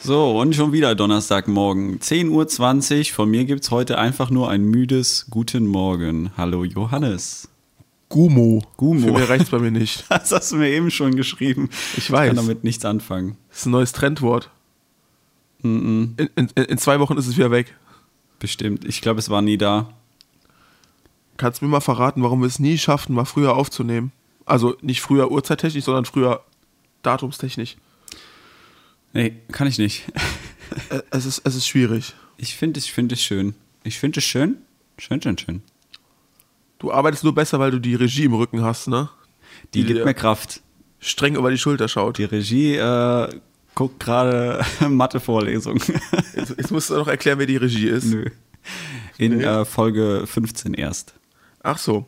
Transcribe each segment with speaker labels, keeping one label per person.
Speaker 1: So, und schon wieder Donnerstagmorgen. 10.20 Uhr. Von mir gibt es heute einfach nur ein müdes Guten Morgen. Hallo Johannes.
Speaker 2: Gumo.
Speaker 1: Gumo.
Speaker 2: Für mehr reicht's bei mir nicht.
Speaker 1: Das hast du mir eben schon geschrieben.
Speaker 2: Ich weiß.
Speaker 1: Ich kann damit nichts anfangen.
Speaker 2: Das ist ein neues Trendwort. In, in, in zwei Wochen ist es wieder weg.
Speaker 1: Bestimmt. Ich glaube, es war nie da.
Speaker 2: Kannst du mir mal verraten, warum wir es nie schafften, mal früher aufzunehmen? Also nicht früher uhrzeittechnisch, sondern früher datumstechnisch.
Speaker 1: Nee, kann ich nicht.
Speaker 2: Ä- Es ist, es ist schwierig.
Speaker 1: Ich finde es, ich finde es schön. Ich finde es schön. Schön, schön, schön.
Speaker 2: Du arbeitest nur besser, weil du die Regie im Rücken hast, ne?
Speaker 1: Die gibt
Speaker 2: dir
Speaker 1: mir Kraft.
Speaker 2: streng über die Schulter schaut.
Speaker 1: Die Regie äh, guckt gerade Mathe-Vorlesung.
Speaker 2: Jetzt, jetzt musst du noch erklären, wer die Regie ist.
Speaker 1: Nö. In
Speaker 2: Nee.
Speaker 1: äh, Folge 15 erst.
Speaker 2: Ach so.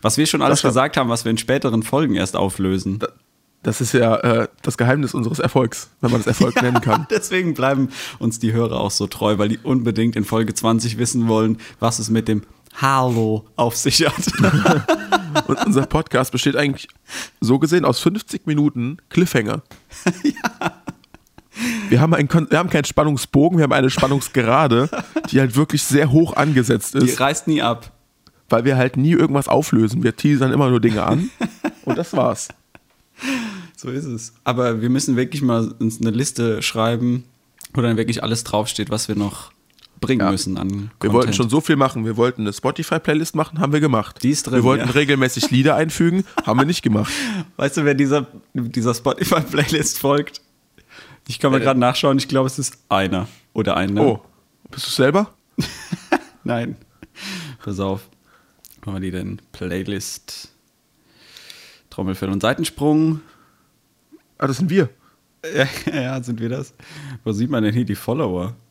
Speaker 1: Was wir schon alles
Speaker 2: Sascha.
Speaker 1: gesagt haben, was wir in späteren Folgen erst auflösen.
Speaker 2: Da- Das ist ja äh, das Geheimnis unseres Erfolgs, wenn man es Erfolg nennen kann.
Speaker 1: Deswegen bleiben uns die Hörer auch so treu, weil die unbedingt in Folge 20 wissen wollen, was es mit dem Hallo auf sich hat.
Speaker 2: Und unser Podcast besteht eigentlich so gesehen aus 50 Minuten Cliffhanger. Wir, haben einen, Kon- wir haben keinen Spannungsbogen, wir haben eine Spannungsgerade, die halt wirklich sehr hoch angesetzt
Speaker 1: Die
Speaker 2: ist,
Speaker 1: reißt nie ab.
Speaker 2: weil wir halt nie irgendwas auflösen. Wir teasern immer nur Dinge an und das war's.
Speaker 1: So ist es. Aber wir müssen wirklich mal uns eine Liste schreiben, wo dann wirklich alles draufsteht, was wir noch bringen
Speaker 2: Ja.
Speaker 1: müssen an Content.
Speaker 2: Wir wollten schon so viel machen. Wir wollten eine Spotify-Playlist machen, haben wir gemacht.
Speaker 1: Die ist drin,
Speaker 2: wir wollten
Speaker 1: ja.
Speaker 2: regelmäßig Lieder einfügen, haben wir nicht gemacht.
Speaker 1: Weißt du, wer dieser, dieser Spotify-Playlist folgt? Ich kann mal
Speaker 2: Äh.
Speaker 1: gerade nachschauen. Ich glaube, es ist einer oder eine.
Speaker 2: Oh, bist du selber?
Speaker 1: Nein. Pass auf. Machen wir die denn? Playlist. Trommelfell und Seitensprung.
Speaker 2: Ah, das sind wir.
Speaker 1: Ja, ja, sind wir das? Wo sieht man denn hier die Follower?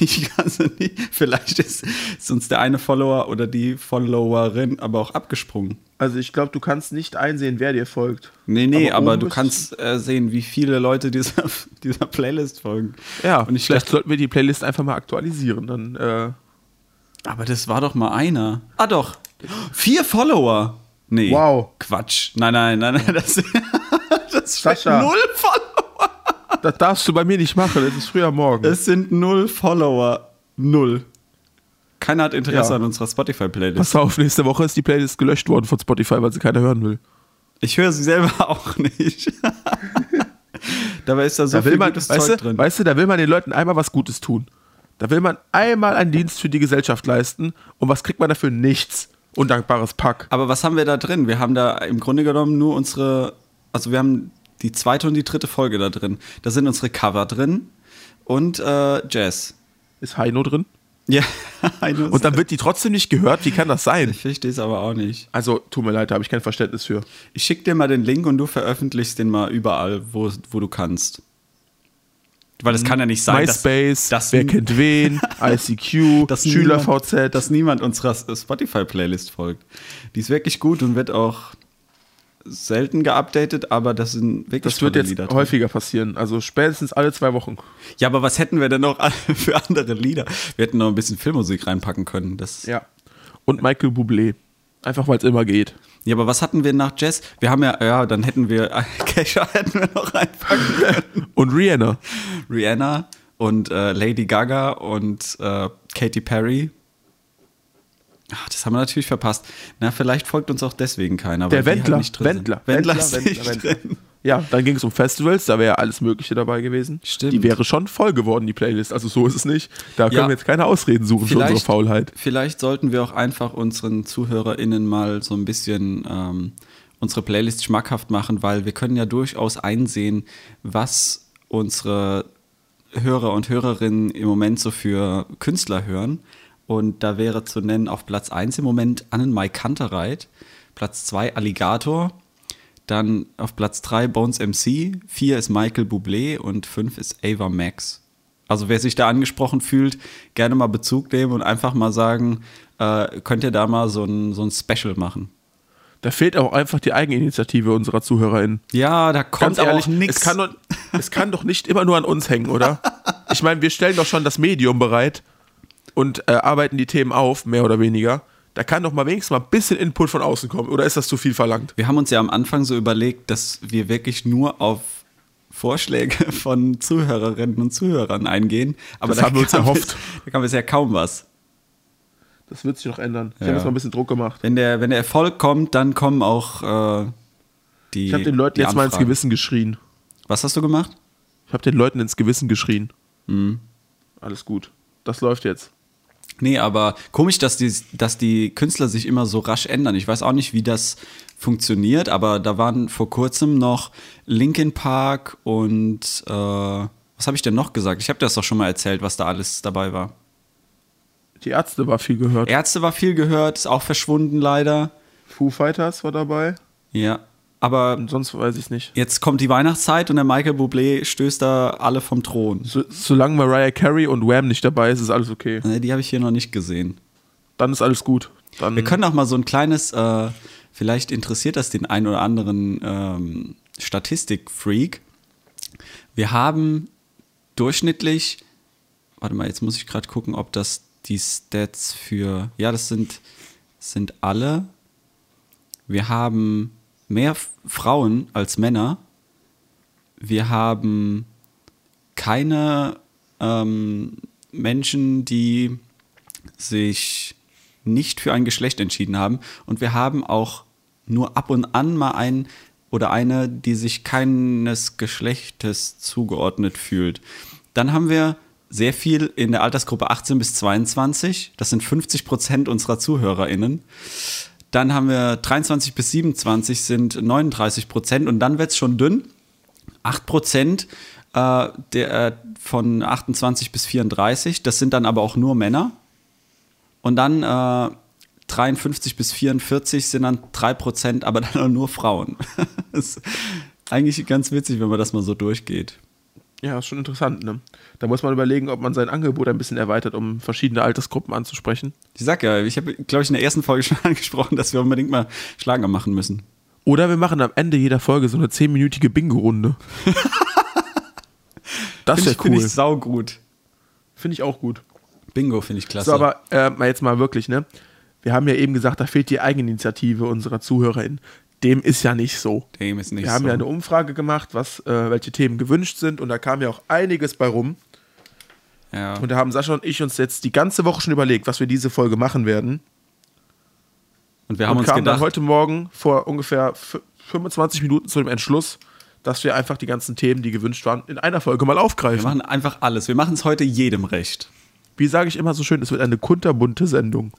Speaker 1: Ich kann es nicht. Vielleicht ist, ist uns der eine Follower oder die Followerin aber auch abgesprungen.
Speaker 2: Also ich glaube, du kannst nicht einsehen, wer dir folgt.
Speaker 1: Nee, nee, aber,
Speaker 2: oben
Speaker 1: du
Speaker 2: müsstest-
Speaker 1: kannst äh, sehen, wie viele Leute dieser, dieser Playlist folgen.
Speaker 2: Ja,
Speaker 1: und ich
Speaker 2: vielleicht
Speaker 1: dachte,
Speaker 2: sollten wir die Playlist einfach mal aktualisieren. Dann, äh,
Speaker 1: aber das war doch mal einer. Ah, doch. Vier Follower. Nee.
Speaker 2: Wow.
Speaker 1: Quatsch. Nein, nein, nein, nein. Das, das sind
Speaker 2: Sascha.
Speaker 1: null Follower.
Speaker 2: das darfst du bei mir nicht machen, es ist früher Morgen.
Speaker 1: Es sind null Follower. Null. Keiner hat Interesse
Speaker 2: Ja.
Speaker 1: an unserer Spotify-Playlist.
Speaker 2: Pass auf, nächste Woche ist die Playlist gelöscht worden von Spotify, weil sie keiner hören will.
Speaker 1: Ich höre sie selber auch nicht. Dabei ist da so
Speaker 2: Da
Speaker 1: viel
Speaker 2: will man,
Speaker 1: gutes
Speaker 2: weißt,
Speaker 1: Zeug
Speaker 2: du,
Speaker 1: drin.
Speaker 2: weißt du, da will man den Leuten einmal was Gutes tun. Da will man einmal einen Dienst für die Gesellschaft leisten und was kriegt man dafür? Nichts. Undankbares Pack.
Speaker 1: Aber was haben wir da drin? Wir haben da im Grunde genommen nur unsere, also wir haben die zweite und die dritte Folge da drin. Da sind unsere Cover drin und äh, Jazz.
Speaker 2: Ist Heino drin?
Speaker 1: Ja, eine
Speaker 2: Und dann wird die trotzdem nicht gehört? Wie kann das sein?
Speaker 1: ich verstehe es aber auch nicht.
Speaker 2: Also, tut mir leid, da habe ich kein Verständnis für.
Speaker 1: Ich schicke dir mal den Link und du veröffentlichst den mal überall, wo, wo du kannst. Weil es kann ja nicht sein, dass-
Speaker 2: MySpace,
Speaker 1: dass,
Speaker 2: wer kennt wen, ICQ,
Speaker 1: dass
Speaker 2: SchülerVZ.
Speaker 1: niemand, dass niemand unserer Spotify-Playlist folgt. Die ist wirklich gut und wird auch selten geupdatet, aber das sind wirklich
Speaker 2: Das wird
Speaker 1: tolle
Speaker 2: jetzt
Speaker 1: Lieder drin.
Speaker 2: häufiger passieren. Also spätestens alle zwei Wochen.
Speaker 1: Ja, aber was hätten wir denn noch an- für andere Lieder? Wir hätten noch ein bisschen Filmmusik reinpacken können. Das, ja.
Speaker 2: Ja. Und Michael Bublé. Einfach weil es immer geht.
Speaker 1: aber was hatten wir nach Jazz? Wir haben ja, ja, dann hätten wir Kesha hätten wir noch reinpacken können.
Speaker 2: Und Rihanna.
Speaker 1: Rihanna und äh, Lady Gaga und äh, Katy Perry. Ach, das haben wir natürlich verpasst. Na, vielleicht folgt uns auch deswegen keiner.
Speaker 2: Der
Speaker 1: weil die
Speaker 2: Wendler.
Speaker 1: Halt nicht drin
Speaker 2: Wendler.
Speaker 1: Sind. Wendler.
Speaker 2: Wendler,
Speaker 1: ist
Speaker 2: Wendler,
Speaker 1: nicht
Speaker 2: Wendler.
Speaker 1: drin.
Speaker 2: Ja, dann ging es um Festivals, da wäre ja alles Mögliche dabei gewesen.
Speaker 1: Stimmt.
Speaker 2: Die wäre schon voll geworden, die Playlist. Also so ist es nicht. Da können
Speaker 1: Ja.
Speaker 2: wir jetzt keine Ausreden suchen für unsere
Speaker 1: Vielleicht,
Speaker 2: Faulheit.
Speaker 1: vielleicht sollten wir auch einfach unseren ZuhörerInnen mal so ein bisschen ähm, unsere Playlist schmackhaft machen, weil wir können ja durchaus einsehen, was unsere Hörer und Hörerinnen im Moment so für Künstler hören. Und da wäre zu nennen auf Platz 1 im Moment Annenmai Kantereit, Platz 2 Alligator, dann auf Platz 3 Bones MC, 4 ist Michael Bublé und 5 ist Ava Max. Also wer sich da angesprochen fühlt, gerne mal Bezug nehmen und einfach mal sagen, äh, könnt ihr da mal so ein, so ein Special machen.
Speaker 2: Da fehlt auch einfach die Eigeninitiative unserer ZuhörerInnen.
Speaker 1: Ja, da kommt
Speaker 2: Ganz ehrlich,
Speaker 1: aber auch nichts.
Speaker 2: es, kann doch- es kann doch nicht immer nur an uns hängen, oder? Ich meine, wir stellen doch schon das Medium bereit und äh, arbeiten die Themen auf, mehr oder weniger. Da kann doch mal wenigstens mal ein bisschen Input von außen kommen, oder ist das zu viel verlangt?
Speaker 1: Wir haben uns ja am Anfang so überlegt, dass wir wirklich nur auf Vorschläge von Zuhörerinnen und Zuhörern eingehen. Aber
Speaker 2: Das
Speaker 1: da
Speaker 2: haben wir uns
Speaker 1: kam
Speaker 2: erhofft.
Speaker 1: bis- Da kam bisher kaum was.
Speaker 2: Das wird sich noch ändern. Ich
Speaker 1: Ja.
Speaker 2: habe jetzt mal ein bisschen Druck gemacht.
Speaker 1: Wenn der, wenn der Erfolg kommt, dann kommen auch äh, die.
Speaker 2: Ich habe den Leuten
Speaker 1: die
Speaker 2: jetzt mal ins
Speaker 1: Anfragen.
Speaker 2: Gewissen geschrien.
Speaker 1: Was hast du gemacht?
Speaker 2: Ich habe den Leuten ins Gewissen geschrien. Mhm. Alles gut. Das läuft jetzt.
Speaker 1: Nee, aber komisch, dass die, dass die Künstler sich immer so rasch ändern. Ich weiß auch nicht, wie das funktioniert, aber da waren vor kurzem noch Linkin Park und äh, was habe ich denn noch gesagt? Ich habe das doch schon mal erzählt, was da alles dabei war.
Speaker 2: Die Ärzte war viel gehört.
Speaker 1: Ärzte war viel gehört, ist auch verschwunden leider.
Speaker 2: Foo Fighters war dabei.
Speaker 1: Ja, aber
Speaker 2: Und sonst weiß ich nicht.
Speaker 1: jetzt kommt die Weihnachtszeit und der Michael Bublé stößt da alle vom Thron.
Speaker 2: So, solange Mariah Carey und Wham nicht dabei ist, ist alles okay.
Speaker 1: Ne, Die habe ich hier noch nicht gesehen.
Speaker 2: Dann ist alles gut. Dann
Speaker 1: Wir können auch mal so ein kleines, äh, vielleicht interessiert das den einen oder anderen ähm, Statistikfreak. Wir haben durchschnittlich, warte mal, jetzt muss ich gerade gucken, ob das die Stats für, ja, das sind, sind alle. Wir haben mehr F- Frauen als Männer. Wir haben keine ähm, Menschen, die sich nicht für ein Geschlecht entschieden haben. Und wir haben auch nur ab und an mal einen oder eine, die sich keines Geschlechtes zugeordnet fühlt. Dann haben wir sehr viel in der Altersgruppe 18 bis 22. Das sind 50 Prozent unserer ZuhörerInnen. Dann haben wir 23 bis 27 sind 39 Prozent und dann wird es schon dünn. 8 Prozent äh, der, äh, von 28 bis 34, das sind dann aber auch nur Männer. Und dann äh, 53 bis 44 sind dann 3 Prozent, aber dann auch nur Frauen. das ist eigentlich ganz witzig, wenn man das mal so durchgeht.
Speaker 2: ja, ist schon interessant, ne? Da muss man überlegen, ob man sein Angebot ein bisschen erweitert, um verschiedene Altersgruppen anzusprechen.
Speaker 1: Ich sag ja, ich habe, glaube ich, in der ersten Folge schon angesprochen, dass wir unbedingt mal Schlager machen müssen.
Speaker 2: Oder wir machen am Ende jeder Folge so eine 10-minütige Bingo-Runde. das
Speaker 1: Finde
Speaker 2: wäre
Speaker 1: ich,
Speaker 2: cool.
Speaker 1: find ich saugut.
Speaker 2: Finde ich auch gut.
Speaker 1: Bingo finde ich klasse.
Speaker 2: So, aber äh, mal jetzt mal wirklich, ne? Wir haben ja eben gesagt, da fehlt die Eigeninitiative unserer ZuhörerInnen. Dem ist ja nicht so.
Speaker 1: Dem ist nicht
Speaker 2: Wir haben
Speaker 1: so.
Speaker 2: ja eine Umfrage gemacht, was, äh, welche Themen gewünscht sind und da kam ja auch einiges bei rum.
Speaker 1: ja.
Speaker 2: Und da haben Sascha und ich uns jetzt die ganze Woche schon überlegt, was wir diese Folge machen werden.
Speaker 1: Und wir haben
Speaker 2: und
Speaker 1: uns
Speaker 2: kamen dann
Speaker 1: gedacht,
Speaker 2: heute Morgen vor ungefähr fü- 25 Minuten zu dem Entschluss, dass wir einfach die ganzen Themen, die gewünscht waren, in einer Folge mal
Speaker 1: wir
Speaker 2: aufgreifen.
Speaker 1: machen einfach alles. Wir machen es heute jedem recht.
Speaker 2: Wie sage ich immer so schön, es wird eine kunterbunte Sendung.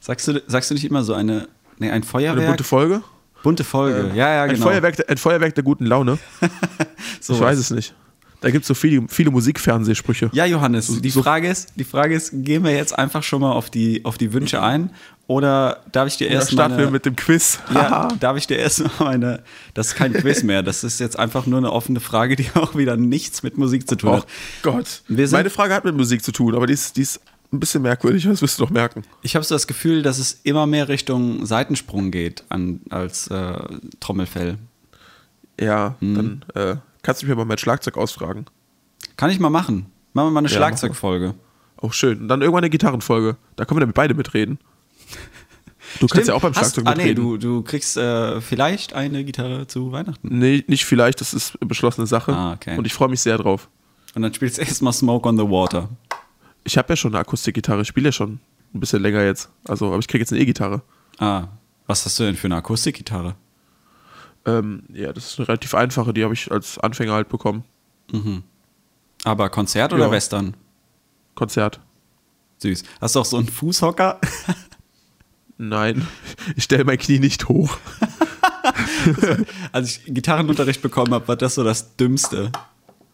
Speaker 1: Sagst du, sagst du nicht immer so eine, nee, ein Feuerwerk?
Speaker 2: Eine bunte Folge?
Speaker 1: bunte Folge. ja, ja,
Speaker 2: Ein
Speaker 1: genau.
Speaker 2: Feuerwerk, der- ein Feuerwerk der guten Laune.
Speaker 1: Sowas.
Speaker 2: Ich weiß es nicht. Da gibt es so viele, viele Musikfernsehsprüche.
Speaker 1: Ja, Johannes, die,
Speaker 2: so-
Speaker 1: Frage ist, die Frage ist, gehen wir jetzt einfach schon mal auf die, auf die Wünsche ein? Oder darf ich dir
Speaker 2: da
Speaker 1: erst
Speaker 2: starten wir
Speaker 1: meine,
Speaker 2: mit dem Quiz.
Speaker 1: ja, darf ich dir erst mal meine, das ist kein Quiz mehr, das ist jetzt einfach nur eine offene Frage, die auch wieder nichts mit Musik zu tun
Speaker 2: Och
Speaker 1: hat.
Speaker 2: Gott.
Speaker 1: Oh Wir sind-
Speaker 2: Meine Frage hat mit Musik zu tun, aber die ist, die ist ein bisschen merkwürdig, das wirst du doch merken.
Speaker 1: Ich habe so das Gefühl, dass es immer mehr Richtung Seitensprung geht an, als äh, Trommelfell.
Speaker 2: Ja,
Speaker 1: hm.
Speaker 2: dann äh, kannst du mich aber mein Schlagzeug ausfragen.
Speaker 1: Kann ich mal machen. Machen wir mal eine
Speaker 2: Ja,
Speaker 1: Schlagzeugfolge.
Speaker 2: Auch Oh, schön. Und dann irgendwann eine Gitarrenfolge. Da können wir damit beide mitreden. Du kannst ja auch beim Schlagzeug
Speaker 1: Hast, ah, nee,
Speaker 2: mitreden.
Speaker 1: du, du kriegst äh, vielleicht eine Gitarre zu Weihnachten.
Speaker 2: nee, nicht vielleicht, das ist beschlossene Sache.
Speaker 1: Ah, okay.
Speaker 2: Und ich freue mich sehr drauf.
Speaker 1: Und dann spielst du erstmal Smoke on the Water.
Speaker 2: Ich habe ja schon eine Akustikgitarre, ich spiele ja schon ein bisschen länger jetzt. Also, aber ich kriege jetzt eine E-Gitarre.
Speaker 1: Ah, was hast du denn für eine Akustikgitarre?
Speaker 2: Ähm, ja, das ist eine relativ einfache, die habe ich als Anfänger halt bekommen.
Speaker 1: Aber Konzert oder
Speaker 2: Ja.
Speaker 1: Western?
Speaker 2: Konzert.
Speaker 1: Süß. Hast du auch so einen Fußhocker?
Speaker 2: Nein, ich stelle mein Knie nicht hoch.
Speaker 1: Als ich Gitarrenunterricht bekommen habe, war das so das Dümmste.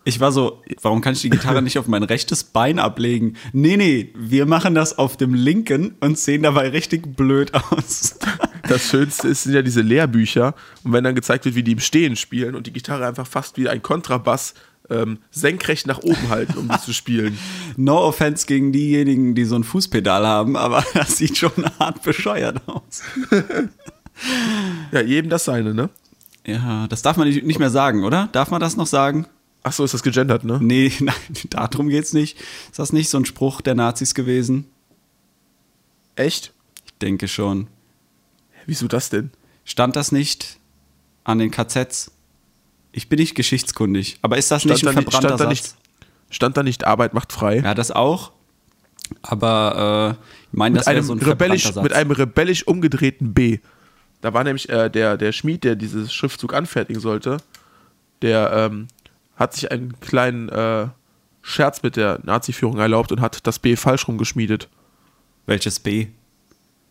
Speaker 1: Ich war so, warum kann ich die Gitarre nicht auf mein rechtes Bein ablegen? Nee, nee, wir machen das auf dem linken und sehen dabei richtig blöd aus.
Speaker 2: Das Schönste ist, sind ja diese Lehrbücher. Und wenn dann gezeigt wird, wie die im Stehen spielen und die Gitarre einfach fast wie ein Kontrabass ähm, senkrecht nach oben halten, um die zu spielen.
Speaker 1: No offense gegen diejenigen, die so ein Fußpedal haben, aber das sieht schon hart bescheuert aus.
Speaker 2: Ja, jedem das seine, ne?
Speaker 1: Ja, das darf man nicht nicht mehr sagen, oder? Darf man das noch sagen?
Speaker 2: Ach so, ist das gegendert, ne?
Speaker 1: Nee, nein, darum geht's nicht. Ist das nicht so ein Spruch der Nazis gewesen?
Speaker 2: Echt?
Speaker 1: Ich denke schon.
Speaker 2: Wieso das denn?
Speaker 1: Stand das nicht an den KZs? Ich bin nicht geschichtskundig. Aber ist das nicht
Speaker 2: da
Speaker 1: ein
Speaker 2: nicht-
Speaker 1: verbrannter
Speaker 2: da
Speaker 1: Satz?
Speaker 2: nicht, stand da nicht Arbeit macht frei?
Speaker 1: Ja, das auch. Aber äh, ich meine, das
Speaker 2: mit, einem
Speaker 1: wäre so ein verbrannter
Speaker 2: rebellisch,
Speaker 1: Satz.
Speaker 2: mit einem rebellisch umgedrehten B. Da war nämlich äh, der, der Schmied, der diesen Schriftzug anfertigen sollte, der ähm, hat sich einen kleinen äh, Scherz mit der Nazi-Führung erlaubt und hat das B falsch rumgeschmiedet.
Speaker 1: Welches B?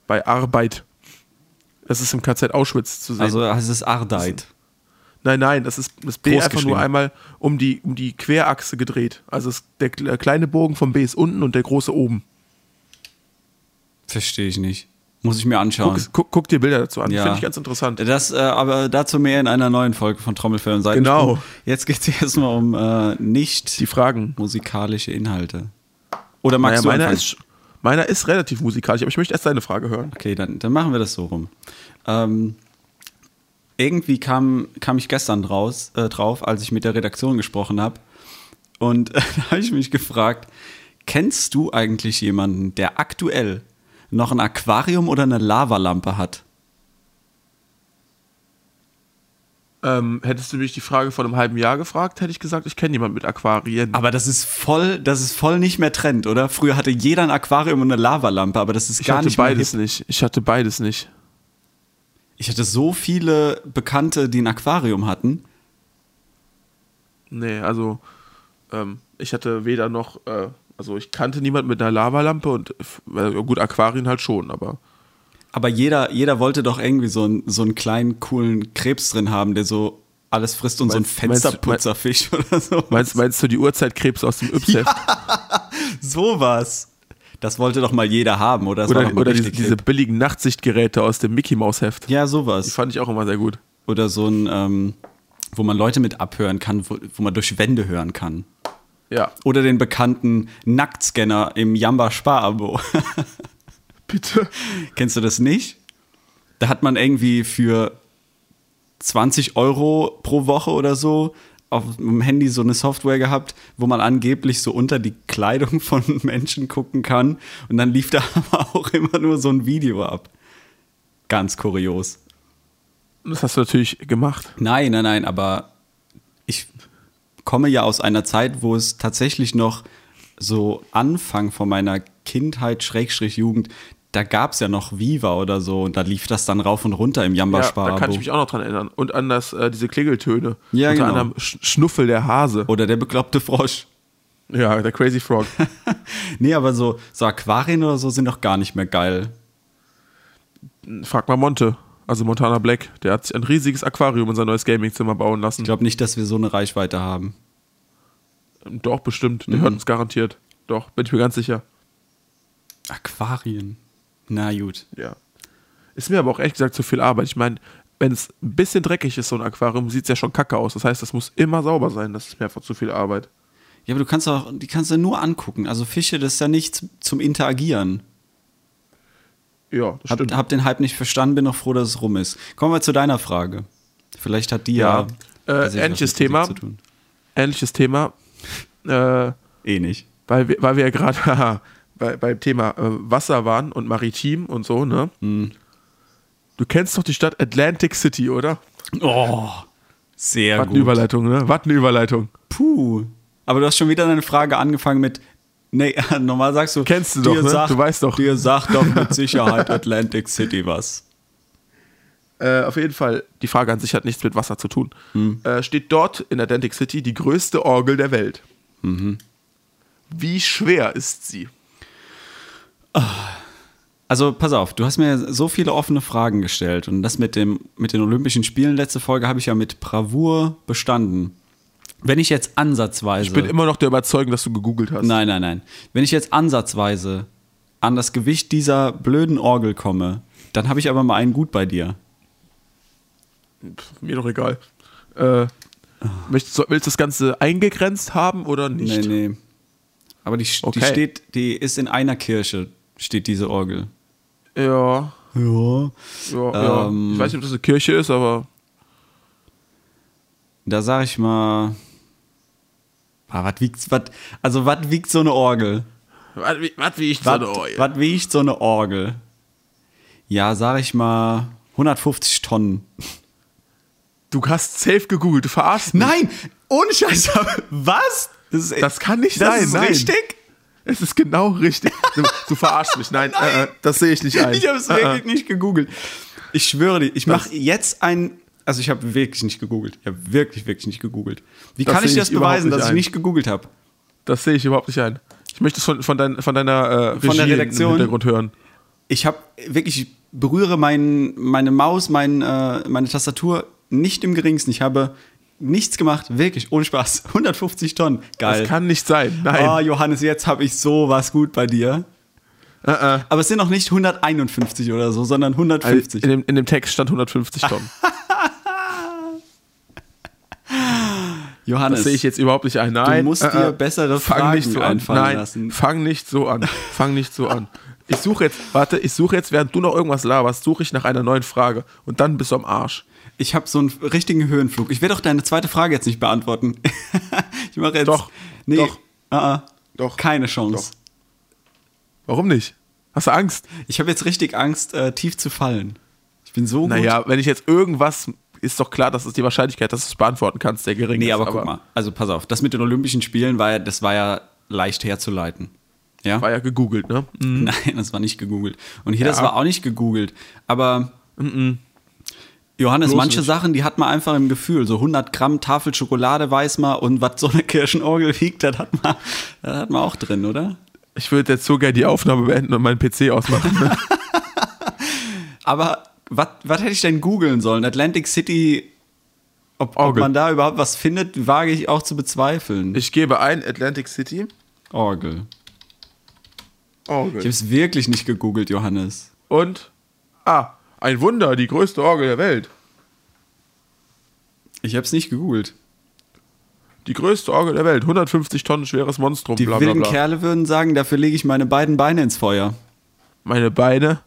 Speaker 2: Bei Arbeit. Das ist im KZ Auschwitz zu sehen.
Speaker 1: Also es ist Ardeit.
Speaker 2: nein, nein, das ist das B
Speaker 1: Groß
Speaker 2: einfach
Speaker 1: geschrieben.
Speaker 2: nur einmal um die, um die Querachse gedreht. Also es, der kle- kleine Bogen vom B ist unten und der große oben.
Speaker 1: Verstehe ich nicht. Muss ich mir anschauen.
Speaker 2: Guck, guck, guck dir Bilder dazu an.
Speaker 1: Ah. Ja.
Speaker 2: Finde ich ganz interessant.
Speaker 1: Das, äh, aber dazu mehr in einer neuen Folge von Trommelfell und Seiten.
Speaker 2: Genau.
Speaker 1: Jetzt geht es erstmal um äh, nicht
Speaker 2: Die Fragen.
Speaker 1: musikalische Inhalte. Oder
Speaker 2: Naja,
Speaker 1: magst du
Speaker 2: meiner
Speaker 1: anfangen?
Speaker 2: ist, meiner ist relativ musikalisch, aber ich möchte erst deine Frage hören.
Speaker 1: Okay, dann, dann machen wir das so rum. Ähm, irgendwie kam, kam ich gestern draus, äh, drauf, als ich mit der Redaktion gesprochen habe. Und äh, da habe ich mich gefragt, kennst du eigentlich jemanden, der aktuell noch ein Aquarium oder eine Lavalampe hat?
Speaker 2: Ähm, hättest du mich die Frage vor einem halben Jahr gefragt, hätte ich gesagt, ich kenne jemanden mit Aquarien.
Speaker 1: Aber das ist voll, das ist voll nicht mehr Trend, oder? Früher hatte jeder ein Aquarium und eine Lavalampe, aber das ist
Speaker 2: ich
Speaker 1: gar
Speaker 2: hatte
Speaker 1: nicht mehr
Speaker 2: beides
Speaker 1: hip.
Speaker 2: nicht. Ich hatte beides nicht.
Speaker 1: Ich hatte so viele Bekannte, die ein Aquarium hatten.
Speaker 2: Nee, also ähm, ich hatte weder noch, äh, also ich kannte niemanden mit einer Lavalampe und f- äh, gut, Aquarien halt schon, aber
Speaker 1: Aber jeder, jeder wollte doch irgendwie so einen, so einen kleinen, coolen Krebs drin haben, der so alles frisst und
Speaker 2: Meinst-
Speaker 1: so ein
Speaker 2: meinst du-
Speaker 1: Fensterputzerfisch oder so.
Speaker 2: meinst, meinst du die Uhrzeitkrebs aus dem Yps-Heft?
Speaker 1: Sowas. Das wollte doch mal jeder haben, oder? Das war doch
Speaker 2: oder
Speaker 1: mal
Speaker 2: oder diese,
Speaker 1: richtig
Speaker 2: diese
Speaker 1: hip.
Speaker 2: billigen Nachtsichtgeräte aus dem Mickey-Maus-Heft?
Speaker 1: ja,
Speaker 2: Die
Speaker 1: sowas.
Speaker 2: fand ich auch immer sehr gut.
Speaker 1: Oder so ein, ähm, wo man Leute mit abhören kann, wo, wo man durch Wände hören kann.
Speaker 2: Ja.
Speaker 1: Oder den bekannten Nacktscanner im Jamba-Spar-Abo.
Speaker 2: Bitte.
Speaker 1: Kennst du das nicht? Da hat man irgendwie für 20 Euro pro Woche oder so auf dem Handy so eine Software gehabt, wo man angeblich so unter die Kleidung von Menschen gucken kann. Und dann lief da aber auch immer nur so ein Video ab. Ganz kurios.
Speaker 2: Das hast du natürlich gemacht.
Speaker 1: Nein, nein, nein, aber ich komme ja aus einer Zeit, wo es tatsächlich noch so Anfang von meiner Kindheit, Schrägstrich Jugend, da gab es ja noch Viva oder so und da lief das dann rauf und runter im jamba
Speaker 2: Ja,
Speaker 1: spar
Speaker 2: da kann ich mich auch noch dran erinnern. Und an das, äh, diese Klingeltöne.
Speaker 1: Ja,
Speaker 2: Unter
Speaker 1: genau.
Speaker 2: anderem Sch Schnuffel der Hase.
Speaker 1: Oder der bekloppte Frosch.
Speaker 2: Ja, der Crazy Frog.
Speaker 1: Nee, aber so, so Aquarien oder so sind doch gar nicht mehr geil.
Speaker 2: Frag mal Monte. Also Montana Black. Der hat sich ein riesiges Aquarium in sein neues Gamingzimmer bauen
Speaker 1: Ich
Speaker 2: lassen.
Speaker 1: glaube nicht, dass wir so eine Reichweite haben.
Speaker 2: Doch, bestimmt.
Speaker 1: Mhm.
Speaker 2: Der hört uns garantiert. Doch, bin ich mir ganz sicher.
Speaker 1: Aquarien. Na gut.
Speaker 2: Ja. Ist mir aber auch ehrlich gesagt zu viel Arbeit. Ich meine, wenn es ein bisschen dreckig ist, so ein Aquarium, sieht es ja schon kacke aus. Das heißt, es muss immer sauber sein. Das ist mir einfach zu viel Arbeit.
Speaker 1: Ja, aber du kannst doch, die kannst du nur angucken. Also Fische, das ist ja nichts zum Interagieren.
Speaker 2: Ja, das
Speaker 1: Hab,
Speaker 2: stimmt.
Speaker 1: hab den Hype nicht verstanden, bin noch froh, dass es rum ist. Kommen wir zu deiner Frage. Vielleicht hat die ja.
Speaker 2: Ja. Äh,
Speaker 1: tatsächlich was
Speaker 2: ähnliches
Speaker 1: mit Musik
Speaker 2: Thema.
Speaker 1: zu tun.
Speaker 2: Ähnliches Thema. Äh,
Speaker 1: Eh nicht.
Speaker 2: weil wir, weil wir ja gerade haha, bei, beim Thema äh, Wasser waren und maritim und so, ne?
Speaker 1: Mhm.
Speaker 2: Du kennst doch die Stadt Atlantic City, oder?
Speaker 1: Oh, sehr
Speaker 2: Was
Speaker 1: gut.
Speaker 2: eine Überleitung, ne? Was eine Überleitung.
Speaker 1: Puh. Aber du hast schon wieder deine Frage angefangen mit. Nee, normal sagst du.
Speaker 2: Kennst du
Speaker 1: dir
Speaker 2: doch, ne? Du weißt doch.
Speaker 1: Dir sagt doch mit Sicherheit Atlantic City was.
Speaker 2: Äh, auf jeden Fall, die Frage an sich hat nichts mit Wasser zu tun.
Speaker 1: Mhm.
Speaker 2: Äh, steht dort in Atlantic City die größte Orgel der Welt.
Speaker 1: Mhm.
Speaker 2: Wie schwer ist sie?
Speaker 1: Also pass auf, du hast mir so viele offene Fragen gestellt und das mit, dem, mit den Olympischen Spielen letzte Folge habe ich ja mit Bravour bestanden. Wenn ich jetzt ansatzweise.
Speaker 2: Ich bin immer noch der Überzeugung, dass du gegoogelt hast.
Speaker 1: Nein, nein, nein. Wenn ich jetzt ansatzweise an das Gewicht dieser blöden Orgel komme, dann habe ich aber mal einen gut bei dir.
Speaker 2: Pff, mir doch egal. Äh, möchtest, du- willst du das Ganze eingegrenzt haben oder nicht?
Speaker 1: Nee, nee. Aber die, die
Speaker 2: Okay.
Speaker 1: steht, die ist in einer Kirche, steht diese Orgel.
Speaker 2: Ja,
Speaker 1: Ja.
Speaker 2: ja,
Speaker 1: Ähm.
Speaker 2: ja. Ich weiß nicht, ob das eine Kirche ist, aber
Speaker 1: Da sage ich mal. Ah, was wiegt, was, also was wiegt so eine Orgel?
Speaker 2: Was, wie- was wie ich so oh,
Speaker 1: Was
Speaker 2: eine Orgel?
Speaker 1: was wiegt so eine Orgel? Ja, sage ich mal 150 Tonnen.
Speaker 2: Du hast safe gegoogelt, du verarschst mich.
Speaker 1: Nein! Ohne Scheiß! Was? Das, ist,
Speaker 2: Das kann nicht
Speaker 1: das
Speaker 2: sein,
Speaker 1: ist
Speaker 2: nein.
Speaker 1: richtig?
Speaker 2: Es ist genau richtig. Du, du verarschst mich. Nein, Äh, äh, das sehe ich nicht ein.
Speaker 1: Ich habe es
Speaker 2: Äh, äh.
Speaker 1: wirklich nicht gegoogelt. Ich schwöre dir, ich mache jetzt ein. Also ich habe wirklich nicht gegoogelt. Ich habe wirklich, wirklich nicht gegoogelt. Wie
Speaker 2: Das
Speaker 1: kann ich
Speaker 2: sehe
Speaker 1: das
Speaker 2: ich überhaupt
Speaker 1: beweisen,
Speaker 2: nicht
Speaker 1: dass ich
Speaker 2: ein.
Speaker 1: nicht gegoogelt habe?
Speaker 2: Das sehe ich überhaupt nicht ein. Ich möchte es von, von, dein, von deiner äh, Regie
Speaker 1: Von der Redaktion?
Speaker 2: im Hintergrund hören.
Speaker 1: Ich habe wirklich, ich berühre mein, meine Maus, mein, äh, meine Tastatur nicht im geringsten. Ich habe nichts gemacht, wirklich, ohne Spaß. 150 Tonnen. Geil.
Speaker 2: Das kann nicht sein. Nein.
Speaker 1: Oh, Johannes, jetzt habe ich sowas gut bei dir. Ah,
Speaker 2: äh, äh.
Speaker 1: Aber es sind noch nicht 151 oder so, sondern
Speaker 2: Also
Speaker 1: 150.
Speaker 2: In, dem, in dem Text stand 150 Tonnen.
Speaker 1: Johannes,
Speaker 2: Das sehe ich jetzt überhaupt nicht ein. Nein. Äh,
Speaker 1: musst dir bessere
Speaker 2: fang
Speaker 1: Fragen
Speaker 2: nicht so an.
Speaker 1: einfallen
Speaker 2: Nein,
Speaker 1: lassen.
Speaker 2: Fang nicht so an. Fang nicht so an. Ich suche jetzt, warte, ich suche jetzt, während du noch irgendwas laberst, suche ich nach einer neuen Frage. Und dann bist du am Arsch.
Speaker 1: ich habe so einen richtigen Höhenflug. Ich werde auch deine zweite Frage jetzt nicht beantworten. ich mache jetzt.
Speaker 2: Doch,
Speaker 1: Nee,
Speaker 2: doch.
Speaker 1: ah, ah,
Speaker 2: Doch.
Speaker 1: Keine Chance.
Speaker 2: Warum nicht? Hast du Angst?
Speaker 1: Ich habe jetzt richtig Angst, äh, tief zu fallen. Ich bin so gut.
Speaker 2: Naja, wenn ich jetzt irgendwas, ist doch klar, dass es die Wahrscheinlichkeit, dass du es beantworten kannst, sehr gering
Speaker 1: Nee,
Speaker 2: ist.
Speaker 1: aber, guck mal. Also pass auf, das mit den Olympischen Spielen war ja, das war ja leicht herzuleiten. Ja?
Speaker 2: War ja gegoogelt, ne? Mhm.
Speaker 1: Nein, das war nicht gegoogelt. Und hier, das
Speaker 2: Ja. Mhm.
Speaker 1: war auch nicht gegoogelt. Aber Johannes,
Speaker 2: Bloß
Speaker 1: manche
Speaker 2: nicht.
Speaker 1: Sachen, die hat man einfach im Gefühl. So 100 Gramm Tafel Schokolade weiß man und was so eine Kirschenorgel wiegt, das hat man, das hat man auch drin, oder?
Speaker 2: Ich würde jetzt so gerne die Aufnahme beenden und meinen PC ausmachen. ne?
Speaker 1: Aber was was hätte ich denn googeln sollen? Atlantic City, ob, ob
Speaker 2: Orgel.
Speaker 1: man da überhaupt was findet, wage ich auch zu bezweifeln.
Speaker 2: ich gebe ein Atlantic City.
Speaker 1: Orgel. Ich habe
Speaker 2: Orgel.
Speaker 1: es wirklich nicht gegoogelt, Johannes.
Speaker 2: Und, ah, ein Wunder, die größte Orgel der Welt.
Speaker 1: Ich habe es nicht gegoogelt.
Speaker 2: Die größte Orgel der Welt, 150 Tonnen schweres Monstrum,
Speaker 1: Die
Speaker 2: bla bla
Speaker 1: wilden
Speaker 2: bla.
Speaker 1: Kerle würden sagen, dafür lege ich meine beiden Beine ins Feuer.
Speaker 2: Meine Beine.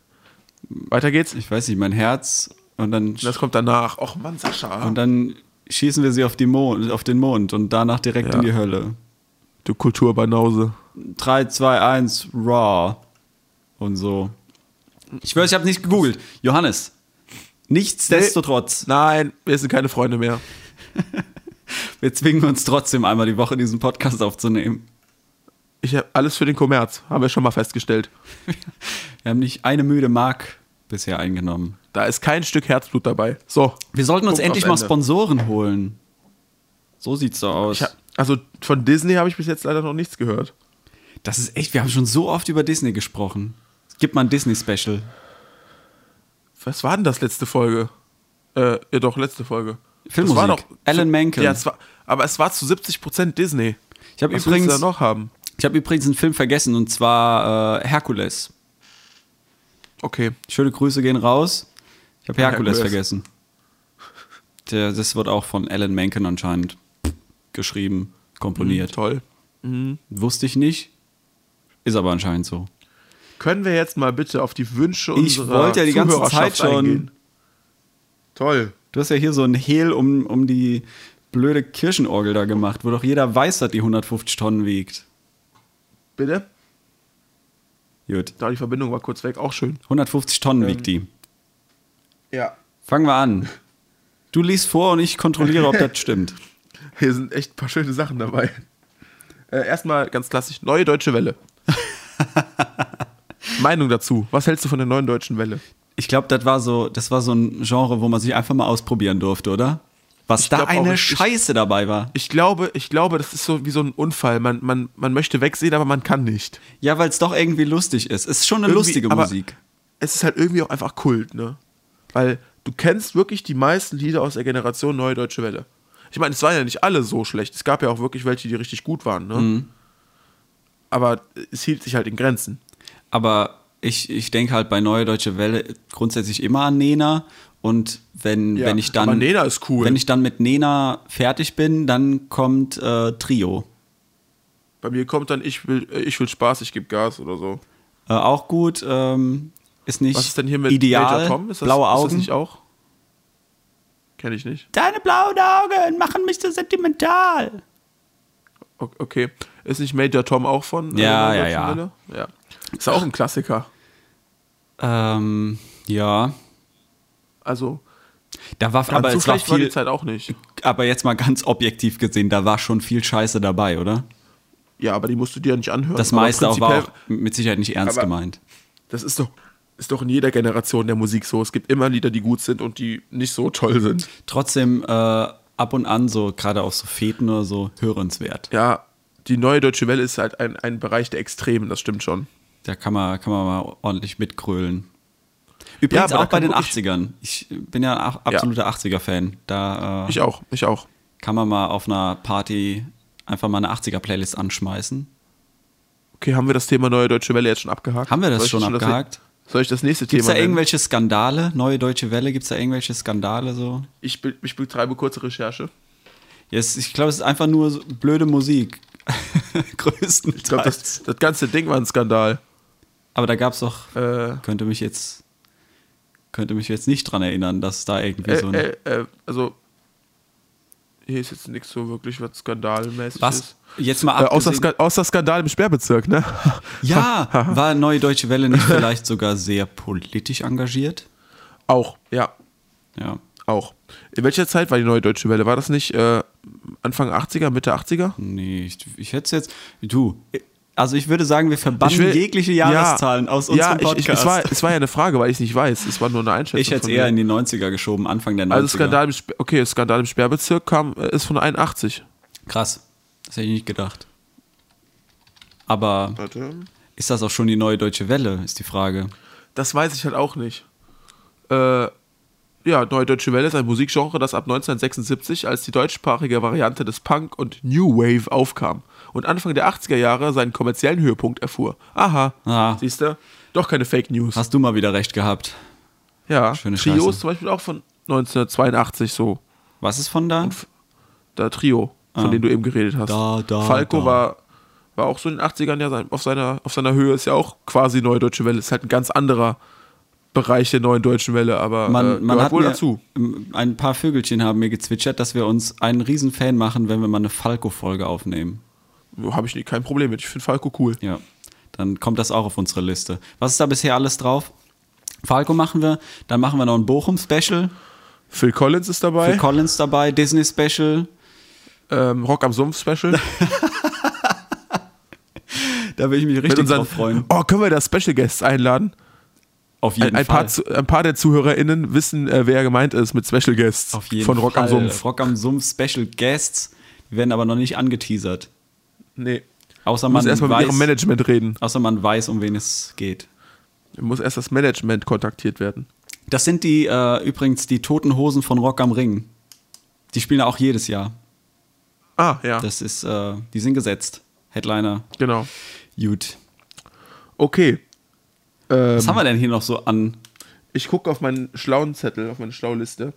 Speaker 2: Weiter geht's.
Speaker 1: Ich weiß nicht, mein Herz und dann,
Speaker 2: Das kommt danach. Och Mann, Sascha.
Speaker 1: und dann schießen wir sie auf, die Mond, auf den Mond und danach direkt
Speaker 2: Ja.
Speaker 1: in die Hölle.
Speaker 2: du Kulturbanause.
Speaker 1: 3, 2, 1, raw. Und so. Ich schwöre, ich habe nicht gegoogelt. Johannes, nichtsdestotrotz,
Speaker 2: Nein, wir sind keine Freunde mehr.
Speaker 1: wir zwingen uns trotzdem einmal die Woche diesen Podcast aufzunehmen.
Speaker 2: Ich habe alles für den Kommerz, haben wir schon mal festgestellt.
Speaker 1: Wir haben nicht eine müde Mark bisher eingenommen.
Speaker 2: Da ist kein Stück Herzblut dabei. So.
Speaker 1: Wir sollten uns
Speaker 2: Punkt
Speaker 1: endlich
Speaker 2: aufs
Speaker 1: mal
Speaker 2: Ende.
Speaker 1: Sponsoren holen. So sieht's doch aus.
Speaker 2: Ich hab, also von Disney habe ich bis jetzt leider noch nichts gehört.
Speaker 1: Das ist echt, wir haben schon so oft über Disney gesprochen. Es gibt mal ein Disney-Special.
Speaker 2: Was war denn das letzte Folge? Äh, ja doch, letzte Folge.
Speaker 1: Filmmusik.
Speaker 2: Das war doch
Speaker 1: Alan
Speaker 2: zu-
Speaker 1: Menken.
Speaker 2: Ja, es war, aber es war zu 70% Disney.
Speaker 1: Ich habe
Speaker 2: Was willst du
Speaker 1: übrigens,
Speaker 2: da noch haben?
Speaker 1: ich hab übrigens einen Film vergessen und zwar äh, Herkules.
Speaker 2: Okay.
Speaker 1: Schöne Grüße gehen raus. Ich habe Herkules
Speaker 2: Herkules.
Speaker 1: vergessen. Der, das wird auch von Alan Menken anscheinend geschrieben, komponiert.
Speaker 2: Toll.
Speaker 1: Wusste ich nicht. Ist aber anscheinend so.
Speaker 2: Können wir jetzt mal bitte auf die Wünsche
Speaker 1: Ich
Speaker 2: unserer
Speaker 1: wollte ja die ganze Zeit
Speaker 2: Zuhörerschaft
Speaker 1: schon-
Speaker 2: eingehen? Toll.
Speaker 1: Du hast ja hier so ein Hehl um, um die blöde Kirchenorgel da gemacht, wo doch jeder weiß, dass die 150 Tonnen wiegt.
Speaker 2: Bitte?
Speaker 1: Gut.
Speaker 2: Da die Verbindung war kurz weg, auch schön.
Speaker 1: 150 Tonnen wiegt die.
Speaker 2: Ja.
Speaker 1: Fangen wir an. Du liest vor und ich kontrolliere, ob das stimmt.
Speaker 2: Hier sind echt ein paar schöne Sachen dabei. Äh, erstmal ganz klassisch, neue deutsche Welle. Meinung dazu. Was hältst du von der neuen deutschen Welle?
Speaker 1: Ich glaube, das war so, das war so ein Genre, wo man sich einfach mal ausprobieren durfte, oder? Was da
Speaker 2: glaub auch,
Speaker 1: eine
Speaker 2: ich-
Speaker 1: Scheiße dabei war.
Speaker 2: Ich glaube, ich glaube, das ist so wie so ein Unfall. Man, man, man möchte wegsehen, aber man kann nicht.
Speaker 1: Ja, weil es doch irgendwie lustig ist. Es ist schon eine
Speaker 2: Irgendwie-
Speaker 1: lustige
Speaker 2: aber
Speaker 1: Musik.
Speaker 2: Es ist halt irgendwie auch einfach Kult, ne? Weil du kennst wirklich die meisten Lieder aus der Generation Neue Deutsche Welle. Ich meine, es waren ja nicht alle so schlecht. Es gab ja auch wirklich welche, die richtig gut waren, ne?
Speaker 1: Mhm.
Speaker 2: Aber es hielt sich halt in Grenzen.
Speaker 1: Aber ich, ich denke halt bei Neue Deutsche Welle grundsätzlich immer an Nena. Und wenn,
Speaker 2: Ja,
Speaker 1: wenn ich dann.
Speaker 2: aber Nena ist cool.
Speaker 1: Wenn ich dann mit Nena fertig bin, dann kommt äh, Trio.
Speaker 2: Bei mir kommt dann, ich will, ich will Spaß, ich gebe Gas oder so.
Speaker 1: Äh, auch gut. Ähm, ist nicht
Speaker 2: Was ist denn hier mit
Speaker 1: ideal.
Speaker 2: Major Tom? Ist das,
Speaker 1: blaue
Speaker 2: ist
Speaker 1: Augen.
Speaker 2: das nicht auch? Kenne ich nicht.
Speaker 1: Deine blauen Augen machen mich so sentimental.
Speaker 2: O- Okay. Ist nicht Major Tom auch von äh,
Speaker 1: Ja,
Speaker 2: Neue
Speaker 1: ja,
Speaker 2: Deutsche Welle? ja. Ist auch ein Klassiker.
Speaker 1: Ähm, ja.
Speaker 2: Also,
Speaker 1: Da war aber
Speaker 2: so
Speaker 1: es war
Speaker 2: schlecht war die
Speaker 1: viel,
Speaker 2: Zeit auch nicht.
Speaker 1: aber jetzt mal ganz objektiv gesehen, da war schon viel Scheiße dabei, oder?
Speaker 2: Ja, aber die musst du dir ja nicht anhören.
Speaker 1: Das
Speaker 2: Aber
Speaker 1: meiste auch war
Speaker 2: prinzipiell-
Speaker 1: auch mit Sicherheit nicht ernst
Speaker 2: Aber-
Speaker 1: gemeint.
Speaker 2: Das ist doch, ist doch in jeder Generation der Musik so. Es gibt immer Lieder, die gut sind und die nicht so toll sind.
Speaker 1: Trotzdem äh, ab und an so gerade auf so Feten oder so hörenswert.
Speaker 2: Ja, die neue Deutsche Welle ist halt ein, ein Bereich der Extremen, das stimmt schon.
Speaker 1: Da kann man, kann man mal ordentlich mitkrölen.
Speaker 2: Ja,
Speaker 1: Übrigens
Speaker 2: aber da
Speaker 1: auch bei
Speaker 2: kann
Speaker 1: den
Speaker 2: wirklich-
Speaker 1: 80ern. Ich bin ja ein ach-
Speaker 2: Ja.
Speaker 1: absoluter 80er-Fan. Da äh,
Speaker 2: Ich auch, ich auch.
Speaker 1: kann man mal auf einer Party einfach mal eine 80er-Playlist anschmeißen.
Speaker 2: Okay, haben wir das Thema neue Deutsche Welle jetzt schon abgehakt?
Speaker 1: Haben wir das
Speaker 2: Soll ich
Speaker 1: schon
Speaker 2: das-
Speaker 1: abgehakt?
Speaker 2: soll ich das nächste
Speaker 1: Gibt es
Speaker 2: Thema
Speaker 1: da
Speaker 2: nennen?
Speaker 1: irgendwelche Skandale? Neue Deutsche Welle, gibt es da irgendwelche Skandale so?
Speaker 2: Ich, be- ich betreibe kurze Recherche.
Speaker 1: Yes, ich glaube, es ist einfach nur so blöde Musik. Größtenteils.
Speaker 2: Ich glaube, das, das ganze Ding war ein Skandal.
Speaker 1: Aber da gab es doch,
Speaker 2: Äh,
Speaker 1: könnte mich jetzt könnte mich jetzt nicht dran erinnern, dass da irgendwie so ein...
Speaker 2: äh, äh, äh, also, hier ist jetzt nichts so wirklich, was skandalmäßig
Speaker 1: was?
Speaker 2: ist.
Speaker 1: Jetzt mal
Speaker 2: Äh, außer,
Speaker 1: abgesehen...
Speaker 2: Ska außer Skandal im Sperrbezirk, ne?
Speaker 1: ja, war Neue Deutsche Welle nicht vielleicht sogar sehr politisch engagiert?
Speaker 2: Auch, ja,
Speaker 1: Ja,
Speaker 2: auch. In welcher Zeit war die neue Deutsche Welle? War das nicht äh, Anfang 80er, Mitte 80er?
Speaker 1: nee, ich, ich hätte es jetzt... Du, also ich würde sagen, wir verbannen
Speaker 2: will-
Speaker 1: jegliche
Speaker 2: Ja,
Speaker 1: Jahreszahlen aus unserem
Speaker 2: ja,
Speaker 1: Podcast.
Speaker 2: Ich, ich, es, war, es war ja eine Frage, weil ich es nicht weiß. Es war nur eine Einschätzung.
Speaker 1: Ich hätte
Speaker 2: von
Speaker 1: es
Speaker 2: mir.
Speaker 1: eher in die 90er geschoben, Anfang der 90er.
Speaker 2: Also Skandal im, Spe- okay, Skandal im Sperrbezirk kam, äh, ist von 81.
Speaker 1: Krass. Das hätte ich nicht gedacht. Aber
Speaker 2: Warte.
Speaker 1: ist das auch schon die neue deutsche Welle, ist die Frage.
Speaker 2: Das weiß ich halt auch nicht. Äh, ja, Neue Deutsche Welle ist ein Musikgenre, das ab 1976 als die deutschsprachige Variante des Punk und New Wave aufkam und Anfang der 80er Jahre seinen kommerziellen Höhepunkt erfuhr. Aha,
Speaker 1: Ah.
Speaker 2: siehst du? Doch keine Fake News.
Speaker 1: Hast du mal wieder recht gehabt.
Speaker 2: ja,
Speaker 1: schöne
Speaker 2: Trios
Speaker 1: Scheiße.
Speaker 2: zum Beispiel auch von 1982 so.
Speaker 1: Was ist von da?
Speaker 2: Da Trio, von
Speaker 1: Ah.
Speaker 2: dem du eben geredet hast.
Speaker 1: Da, da,
Speaker 2: Falco
Speaker 1: da.
Speaker 2: war war auch so in den 80ern ja sein- auf seiner, auf seiner Höhe, ist ja auch quasi Neue Deutsche Welle. Ist halt ein ganz anderer Bereich der Neuen Deutschen Welle, aber äh,
Speaker 1: Man, man
Speaker 2: gehört
Speaker 1: hat
Speaker 2: wohl
Speaker 1: mir,
Speaker 2: dazu.
Speaker 1: m, Ein paar Vögelchen haben mir gezwitschert, dass wir uns einen riesen Fan machen, wenn wir mal eine Falco-Folge aufnehmen.
Speaker 2: Habe ich nie, kein Problem mit. Ich finde Falco cool.
Speaker 1: Ja. Dann kommt das auch auf unsere Liste. Was ist da bisher alles drauf? Falco machen wir, dann machen wir noch ein Bochum-Special,
Speaker 2: Phil Collins ist dabei.
Speaker 1: Phil Collins dabei, Disney-Special.
Speaker 2: ähm, Rock am Sumpf Special.
Speaker 1: Da will ich mich
Speaker 2: mit
Speaker 1: richtig
Speaker 2: unseren,
Speaker 1: drauf freuen.
Speaker 2: Oh, können wir da Special Guests einladen?
Speaker 1: Auf jeden
Speaker 2: Ein, ein,
Speaker 1: Fall.
Speaker 2: paar, zu, ein paar der ZuhörerInnen wissen, äh, wer gemeint ist mit Special Guests
Speaker 1: Auf jeden
Speaker 2: von Rock
Speaker 1: Fall.
Speaker 2: am Sumpf.
Speaker 1: Rock am Sumpf Special Guests. Die werden aber noch nicht angeteasert.
Speaker 2: Nee.
Speaker 1: Außer
Speaker 2: Wir
Speaker 1: man,
Speaker 2: müssen erstmal mit ihrem
Speaker 1: weiß,
Speaker 2: Management reden.
Speaker 1: außer man weiß, um wen es geht.
Speaker 2: Muss erst das Management kontaktiert werden.
Speaker 1: Das sind die äh, übrigens die toten Hosen von Rock am Ring. Die spielen auch jedes Jahr.
Speaker 2: Ah, ja.
Speaker 1: Das ist, äh, die sind gesetzt. Headliner.
Speaker 2: Genau.
Speaker 1: Gut.
Speaker 2: Okay. Ähm,
Speaker 1: Was haben wir denn hier noch so an?
Speaker 2: ich gucke auf meinen schlauen Zettel, auf meine Schlauliste.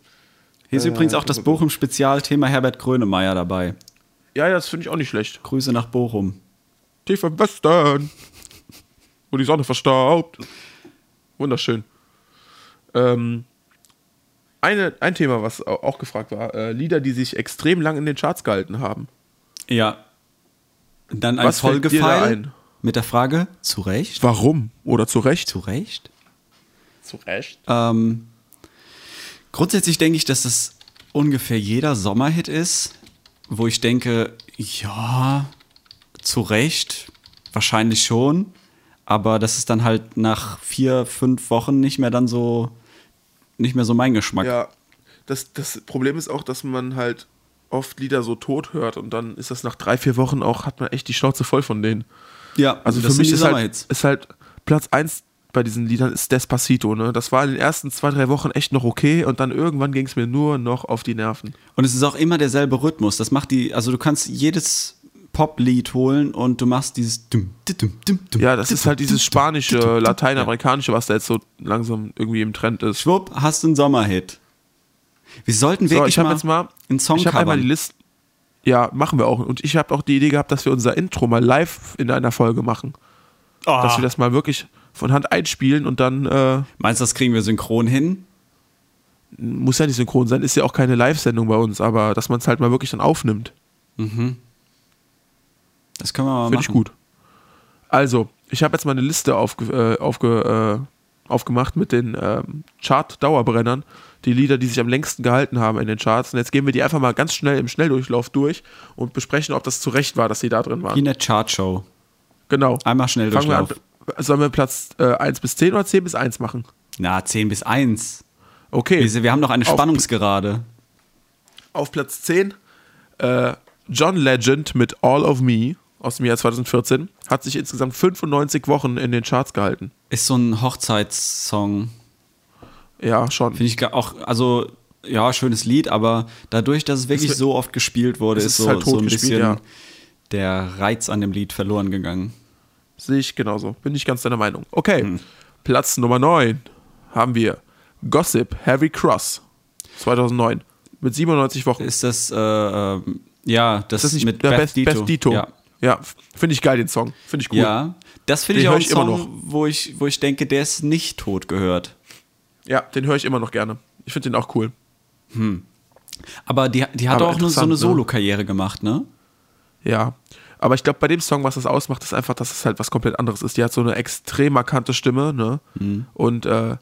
Speaker 1: Hier ist
Speaker 2: Äh,
Speaker 1: übrigens auch das Bochum-Spezialthema Herbert Grönemeyer dabei.
Speaker 2: Ja, ja, das finde ich auch nicht schlecht.
Speaker 1: Grüße nach Bochum.
Speaker 2: Tief im Westen, wo die Sonne verstaubt. Wunderschön. Ähm, eine, ein Thema, was au- auch gefragt war: äh, Lieder, die sich extrem lang in den Charts gehalten haben.
Speaker 1: Ja. Dann ein
Speaker 2: Was fällt dir da
Speaker 1: Folgefall
Speaker 2: ein?
Speaker 1: mit der Frage, zu Recht?
Speaker 2: Warum? Oder zu Recht?
Speaker 1: Zu Recht?
Speaker 2: Zu Recht.
Speaker 1: Ähm, grundsätzlich denke ich, dass das ungefähr jeder Sommerhit ist, wo ich denke, ja, zu Recht, wahrscheinlich schon, aber das ist dann halt nach vier, fünf Wochen nicht mehr dann so, nicht mehr so mein Geschmack.
Speaker 2: Ja, das, das Problem ist auch, dass man halt oft Lieder so tot hört und dann ist das nach drei, vier Wochen auch, hat man echt die Schnauze voll von denen.
Speaker 1: Ja,
Speaker 2: Also für mich ist halt, ist halt Platz 1 bei diesen Liedern ist Despacito, ne? Das war in den ersten zwei, drei Wochen echt noch okay und dann irgendwann ging es mir nur noch auf die Nerven.
Speaker 1: Und es ist auch immer derselbe Rhythmus. Das macht die, also du kannst jedes Poplied holen und du machst dieses dum, dum, dum, dum, dum,
Speaker 2: Ja, das
Speaker 1: dum,
Speaker 2: ist halt
Speaker 1: dum,
Speaker 2: dieses
Speaker 1: dum, dum, dum,
Speaker 2: spanische,
Speaker 1: dum.
Speaker 2: lateinamerikanische, was da jetzt so langsam irgendwie im Trend ist.
Speaker 1: Schwupp, hast du einen Sommerhit. Wir sollten
Speaker 2: So,
Speaker 1: wirklich
Speaker 2: ich habe jetzt mal,
Speaker 1: einen Song
Speaker 2: ich habe einmal die
Speaker 1: covern.
Speaker 2: Liste. Ja, machen wir auch. Und ich habe auch die Idee gehabt, dass wir unser Intro mal live in einer Folge machen.
Speaker 1: Oh.
Speaker 2: Dass wir das mal wirklich von Hand einspielen und dann äh,
Speaker 1: Meinst du, das kriegen wir synchron hin?
Speaker 2: muss ja nicht synchron sein, ist ja auch keine Live-Sendung bei uns, aber dass man es halt mal wirklich dann aufnimmt.
Speaker 1: Das können wir mal
Speaker 2: Finde
Speaker 1: machen.
Speaker 2: ich gut. Also, ich habe jetzt mal eine Liste aufge, äh, aufge, aufgemacht mit den ähm, Chart-Dauerbrennern, die Lieder, die sich am längsten gehalten haben in den Charts. Und jetzt gehen wir die einfach mal ganz schnell im Schnelldurchlauf durch und besprechen, ob das zu Recht war, dass sie da drin
Speaker 1: Wie
Speaker 2: waren.
Speaker 1: in der Chartshow.
Speaker 2: Genau.
Speaker 1: Einmal schnell
Speaker 2: Fangen wir an.
Speaker 1: durchlauf.
Speaker 2: Sollen wir Platz äh, 1 bis 10 oder 10 bis 1 machen?
Speaker 1: Na, 10 bis 1.
Speaker 2: Okay.
Speaker 1: Wir, wir haben noch eine
Speaker 2: Auf-
Speaker 1: Spannungsgerade.
Speaker 2: Auf Platz 10 äh, John Legend mit All of Me aus dem Jahr 2014 hat sich insgesamt 95 Wochen in den Charts gehalten.
Speaker 1: Ist so ein Hochzeitssong.
Speaker 2: Ja, schon.
Speaker 1: Finde ich ga- auch, also, ja, schönes Lied, aber dadurch, dass es wirklich
Speaker 2: Es-
Speaker 1: so oft gespielt wurde,
Speaker 2: es
Speaker 1: ist
Speaker 2: ist
Speaker 1: so,
Speaker 2: halt tot
Speaker 1: so ein
Speaker 2: gespielt,
Speaker 1: bisschen
Speaker 2: ja.
Speaker 1: der Reiz an dem Lied verloren gegangen.
Speaker 2: Sehe ich genauso. Bin ich ganz deiner Meinung. Okay.
Speaker 1: Mhm.
Speaker 2: Platz Nummer 9 haben wir Gossip Heavy Cross 2009 mit 97 Wochen.
Speaker 1: Ist das, äh, ähm, ja, das,
Speaker 2: das
Speaker 1: ist
Speaker 2: nicht
Speaker 1: mit
Speaker 2: der
Speaker 1: Beth
Speaker 2: Best,
Speaker 1: Dito.
Speaker 2: Best Dito?
Speaker 1: Ja.
Speaker 2: ja f- finde ich geil den Song. Finde ich gut.
Speaker 1: ja, das finde
Speaker 2: Den
Speaker 1: ich auch
Speaker 2: hör
Speaker 1: ein
Speaker 2: ich immer
Speaker 1: Song, wo ich, wo ich denke, der ist nicht tot gehört.
Speaker 2: Ja, den höre ich immer noch gerne. Ich finde den auch cool.
Speaker 1: Aber die, die hat
Speaker 2: Aber
Speaker 1: auch nur so eine
Speaker 2: interessant, ne?
Speaker 1: Solo-Karriere gemacht, ne?
Speaker 2: Ja. Aber ich glaube, bei dem Song, was das ausmacht, ist einfach, dass es halt was komplett anderes ist. Die hat so eine extrem markante Stimme, ne?
Speaker 1: Mhm.
Speaker 2: Und äh,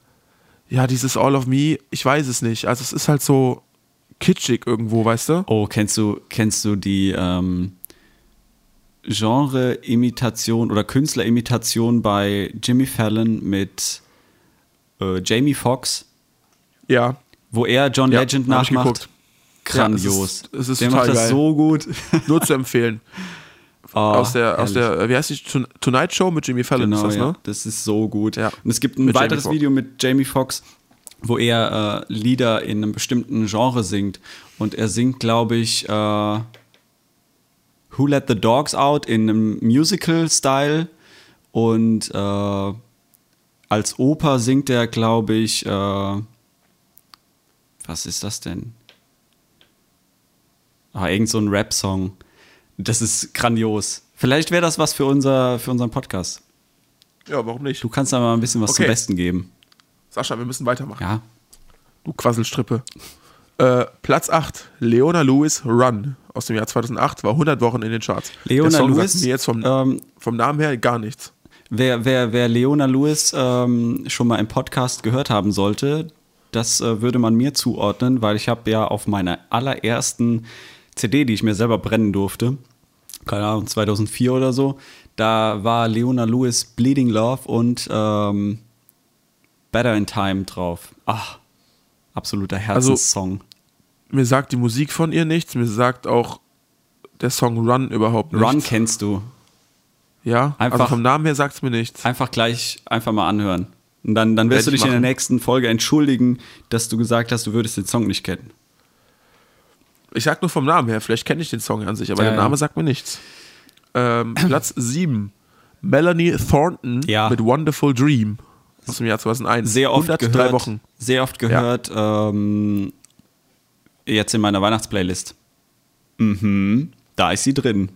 Speaker 2: ja, dieses All of Me, ich weiß es nicht. Also es ist halt so kitschig irgendwo, weißt du?
Speaker 1: Oh, kennst du, kennst du die ähm, Genre-Imitation oder Künstler-Imitation bei Jimmy Fallon mit äh, Jamie Foxx,
Speaker 2: Ja.
Speaker 1: wo er John
Speaker 2: Ja,
Speaker 1: Legend
Speaker 2: hab ich
Speaker 1: nachmacht?
Speaker 2: geguckt. Ja, es
Speaker 1: Grandios.
Speaker 2: ist- es ist
Speaker 1: Der
Speaker 2: total
Speaker 1: macht das
Speaker 2: geil.
Speaker 1: so gut.
Speaker 2: Nur zu empfehlen.
Speaker 1: Oh,
Speaker 2: aus der, aus
Speaker 1: herrlich.
Speaker 2: der, äh, wie heißt die? Tun- Tonight Show mit Jimmy Fallon
Speaker 1: Genau,
Speaker 2: ist das,
Speaker 1: ja.
Speaker 2: ne?
Speaker 1: Das ist so gut.
Speaker 2: Ja.
Speaker 1: Und es gibt ein
Speaker 2: Mit Jamie
Speaker 1: weiteres
Speaker 2: Foxx.
Speaker 1: Video mit Jamie Foxx, wo er äh, Lieder in einem bestimmten Genre singt. Und er singt, glaube ich, äh, Who Let the Dogs Out in einem Musical-Style. Und äh, als Oper singt er, glaube ich, äh, was ist das denn? Ah, irgend so ein Rap-Song. Das ist grandios. Vielleicht wäre das was für, unser, für unseren Podcast.
Speaker 2: Ja, warum nicht?
Speaker 1: Du kannst da mal ein bisschen was
Speaker 2: Okay.
Speaker 1: zum Besten geben.
Speaker 2: Sascha, wir müssen weitermachen.
Speaker 1: Ja.
Speaker 2: Du Quasselstrippe. Äh, Platz 8, Leona Lewis Run aus dem Jahr 2008, war 100 Wochen in den Charts.
Speaker 1: Leona
Speaker 2: Der Song
Speaker 1: Lewis,
Speaker 2: sagt mir jetzt vom,
Speaker 1: ähm,
Speaker 2: vom Namen her gar nichts.
Speaker 1: Wer, wer, wer Leona Lewis ähm, schon mal im Podcast gehört haben sollte, das äh, würde man mir zuordnen, weil ich habe ja auf meiner allerersten CD, die ich mir selber brennen durfte, keine Ahnung, 2004 oder so, da war Leona Lewis Bleeding Love und ähm, Better in Time drauf. Ach, absoluter Herzenssong.
Speaker 2: Mir sagt die Musik von ihr nichts, mir sagt auch der Song Run überhaupt nichts.
Speaker 1: Run kennst du.
Speaker 2: Ja, also
Speaker 1: Einfach-
Speaker 2: vom Namen her sagt es mir nichts.
Speaker 1: Einfach gleich, einfach mal anhören. Und dann, dann wirst
Speaker 2: Werd
Speaker 1: du
Speaker 2: ich
Speaker 1: dich in der
Speaker 2: machen.
Speaker 1: nächsten Folge entschuldigen, dass du gesagt hast, du würdest den Song nicht kennen.
Speaker 2: Ich sag nur vom Namen her, vielleicht kenne ich den Song an sich, aber
Speaker 1: Ja,
Speaker 2: der
Speaker 1: ja.
Speaker 2: Name sagt mir nichts. Ähm, Platz 7, Melanie Thornton
Speaker 1: Ja.
Speaker 2: mit Wonderful Dream aus dem Jahr 2001.
Speaker 1: Sehr oft
Speaker 2: 103
Speaker 1: gehört.
Speaker 2: Wochen.
Speaker 1: Sehr oft gehört. Ähm, jetzt in meiner Weihnachtsplaylist. Mhm. Da ist sie drin.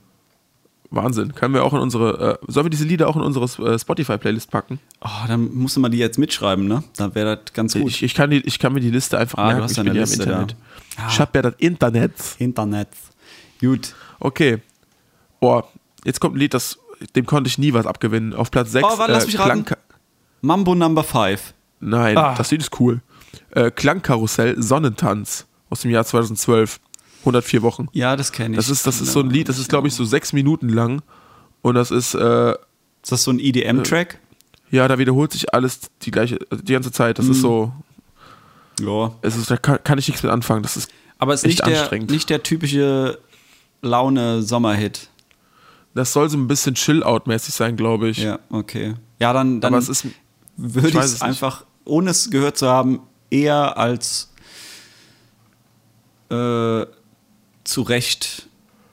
Speaker 2: Wahnsinn. Können wir auch in unsere, äh, sollen wir diese Lieder auch in unsere äh, Spotify-Playlist packen?
Speaker 1: Oh, dann musst du mal die jetzt mitschreiben, ne? Dann wäre das ganz gut.
Speaker 2: Ich, ich, kann die, ich kann mir die Liste einfach
Speaker 1: Ah, du
Speaker 2: merken.
Speaker 1: hast
Speaker 2: ich
Speaker 1: ja
Speaker 2: bin
Speaker 1: eine
Speaker 2: ja
Speaker 1: Liste
Speaker 2: im Internet.
Speaker 1: da. Ah.
Speaker 2: Ich habe ja das Internet.
Speaker 1: Internet. Gut.
Speaker 2: Okay. Boah, jetzt kommt ein Lied, das, dem konnte ich nie was abgewinnen. Auf Platz äh, 6.
Speaker 1: Oh, warte, lass mich raten. Mambo Number 5.
Speaker 2: Nein,
Speaker 1: Ah.
Speaker 2: das Lied ist cool. Äh, Klangkarussell Sonnentanz aus dem Jahr 2012. 104 Wochen.
Speaker 1: Ja, das kenne ich.
Speaker 2: Das ist, das ist so ein Lied, das ist, glaube ich, so sechs Minuten lang. Und das ist, äh,
Speaker 1: Ist das so ein E EDM-Track?
Speaker 2: ja, da wiederholt sich alles die gleiche, also die ganze Zeit. Das
Speaker 1: Mhm.
Speaker 2: ist so,
Speaker 1: Ja.
Speaker 2: es ist, da kann, kann ich nichts mit anfangen. Das ist
Speaker 1: Aber es ist
Speaker 2: Echt
Speaker 1: nicht der,
Speaker 2: anstrengend.
Speaker 1: nicht der typische Laune-Sommerhit.
Speaker 2: Das soll so ein bisschen Chill-Out-mäßig sein, glaube ich.
Speaker 1: Ja, okay. Ja, dann, dann
Speaker 2: Aber es ist.
Speaker 1: würde
Speaker 2: ich
Speaker 1: ich
Speaker 2: weiß
Speaker 1: es
Speaker 2: es nicht.
Speaker 1: einfach, ohne es gehört zu haben, eher als äh, zu Recht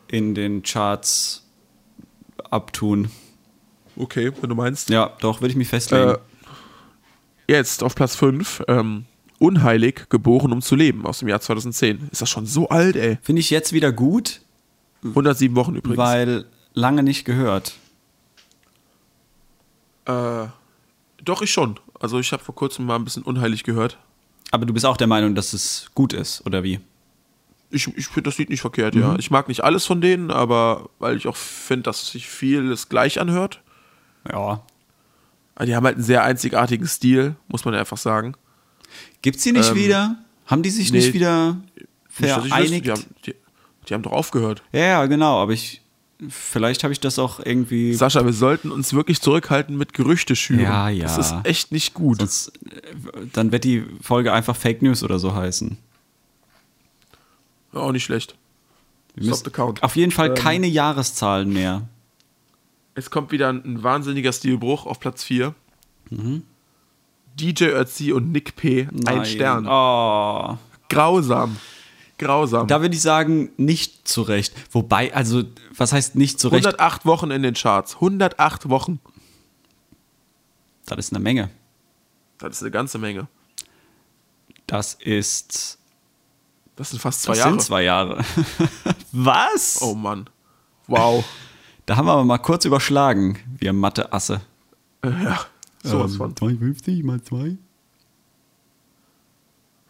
Speaker 1: in den Charts abtun.
Speaker 2: Okay, wenn du meinst.
Speaker 1: Ja, doch, würde ich mich festlegen.
Speaker 2: Äh, Jetzt auf Platz 5. Ähm, Unheilig, geboren um zu leben, aus dem Jahr 2010. Ist das schon so alt, ey?
Speaker 1: Finde ich jetzt wieder gut,
Speaker 2: 107 Wochen übrigens.
Speaker 1: weil lange nicht gehört.
Speaker 2: äh, doch, ich schon. Also, ich habe vor kurzem mal ein bisschen unheilig gehört.
Speaker 1: Aber du bist auch der Meinung, dass es gut ist, oder wie?
Speaker 2: Ich, ich finde das Lied nicht verkehrt,
Speaker 1: Mhm.
Speaker 2: ja. Ich mag nicht alles von denen, aber weil ich auch finde, dass sich vieles gleich anhört.
Speaker 1: Ja.
Speaker 2: Aber die haben halt einen sehr einzigartigen Stil, muss man ja einfach sagen.
Speaker 1: Gibt's die nicht
Speaker 2: Ähm,
Speaker 1: wieder? Haben die sich nicht
Speaker 2: nee,
Speaker 1: wieder
Speaker 2: Nicht, dass ich wüsste,
Speaker 1: vereinigt?
Speaker 2: die, haben, die, die haben doch aufgehört.
Speaker 1: ja, ja, genau, aber ich. Vielleicht habe ich das auch irgendwie.
Speaker 2: Sascha, wir sollten uns wirklich zurückhalten mit Gerüchte schüren.
Speaker 1: Ja, ja.
Speaker 2: Das ist echt nicht gut.
Speaker 1: Sonst, äh, dann wird die Folge einfach Fake News oder so heißen.
Speaker 2: Ja, auch nicht schlecht.
Speaker 1: Wir
Speaker 2: Stop
Speaker 1: müssen-
Speaker 2: the count.
Speaker 1: Auf jeden Fall
Speaker 2: Ähm.
Speaker 1: keine Jahreszahlen mehr.
Speaker 2: Es kommt wieder ein, ein wahnsinniger Stilbruch auf Platz 4. DJ Ötzi und Nick P.
Speaker 1: Mhm. Nein.
Speaker 2: Ein Stern.
Speaker 1: Oh.
Speaker 2: Grausam. Grausam.
Speaker 1: Da würde ich sagen, nicht zurecht. Wobei, also, was heißt nicht zurecht?
Speaker 2: 108 Wochen in den Charts. 108 Wochen.
Speaker 1: Das ist eine Menge.
Speaker 2: Das ist eine ganze Menge.
Speaker 1: Das ist.
Speaker 2: Das sind fast zwei
Speaker 1: Das
Speaker 2: Jahre.
Speaker 1: sind zwei Jahre. was?
Speaker 2: Oh Mann. Wow.
Speaker 1: Da haben wir aber mal kurz überschlagen, wir Mathe-Asse.
Speaker 2: ja, sowas
Speaker 1: Ähm.
Speaker 2: von.
Speaker 1: 250 mal 2.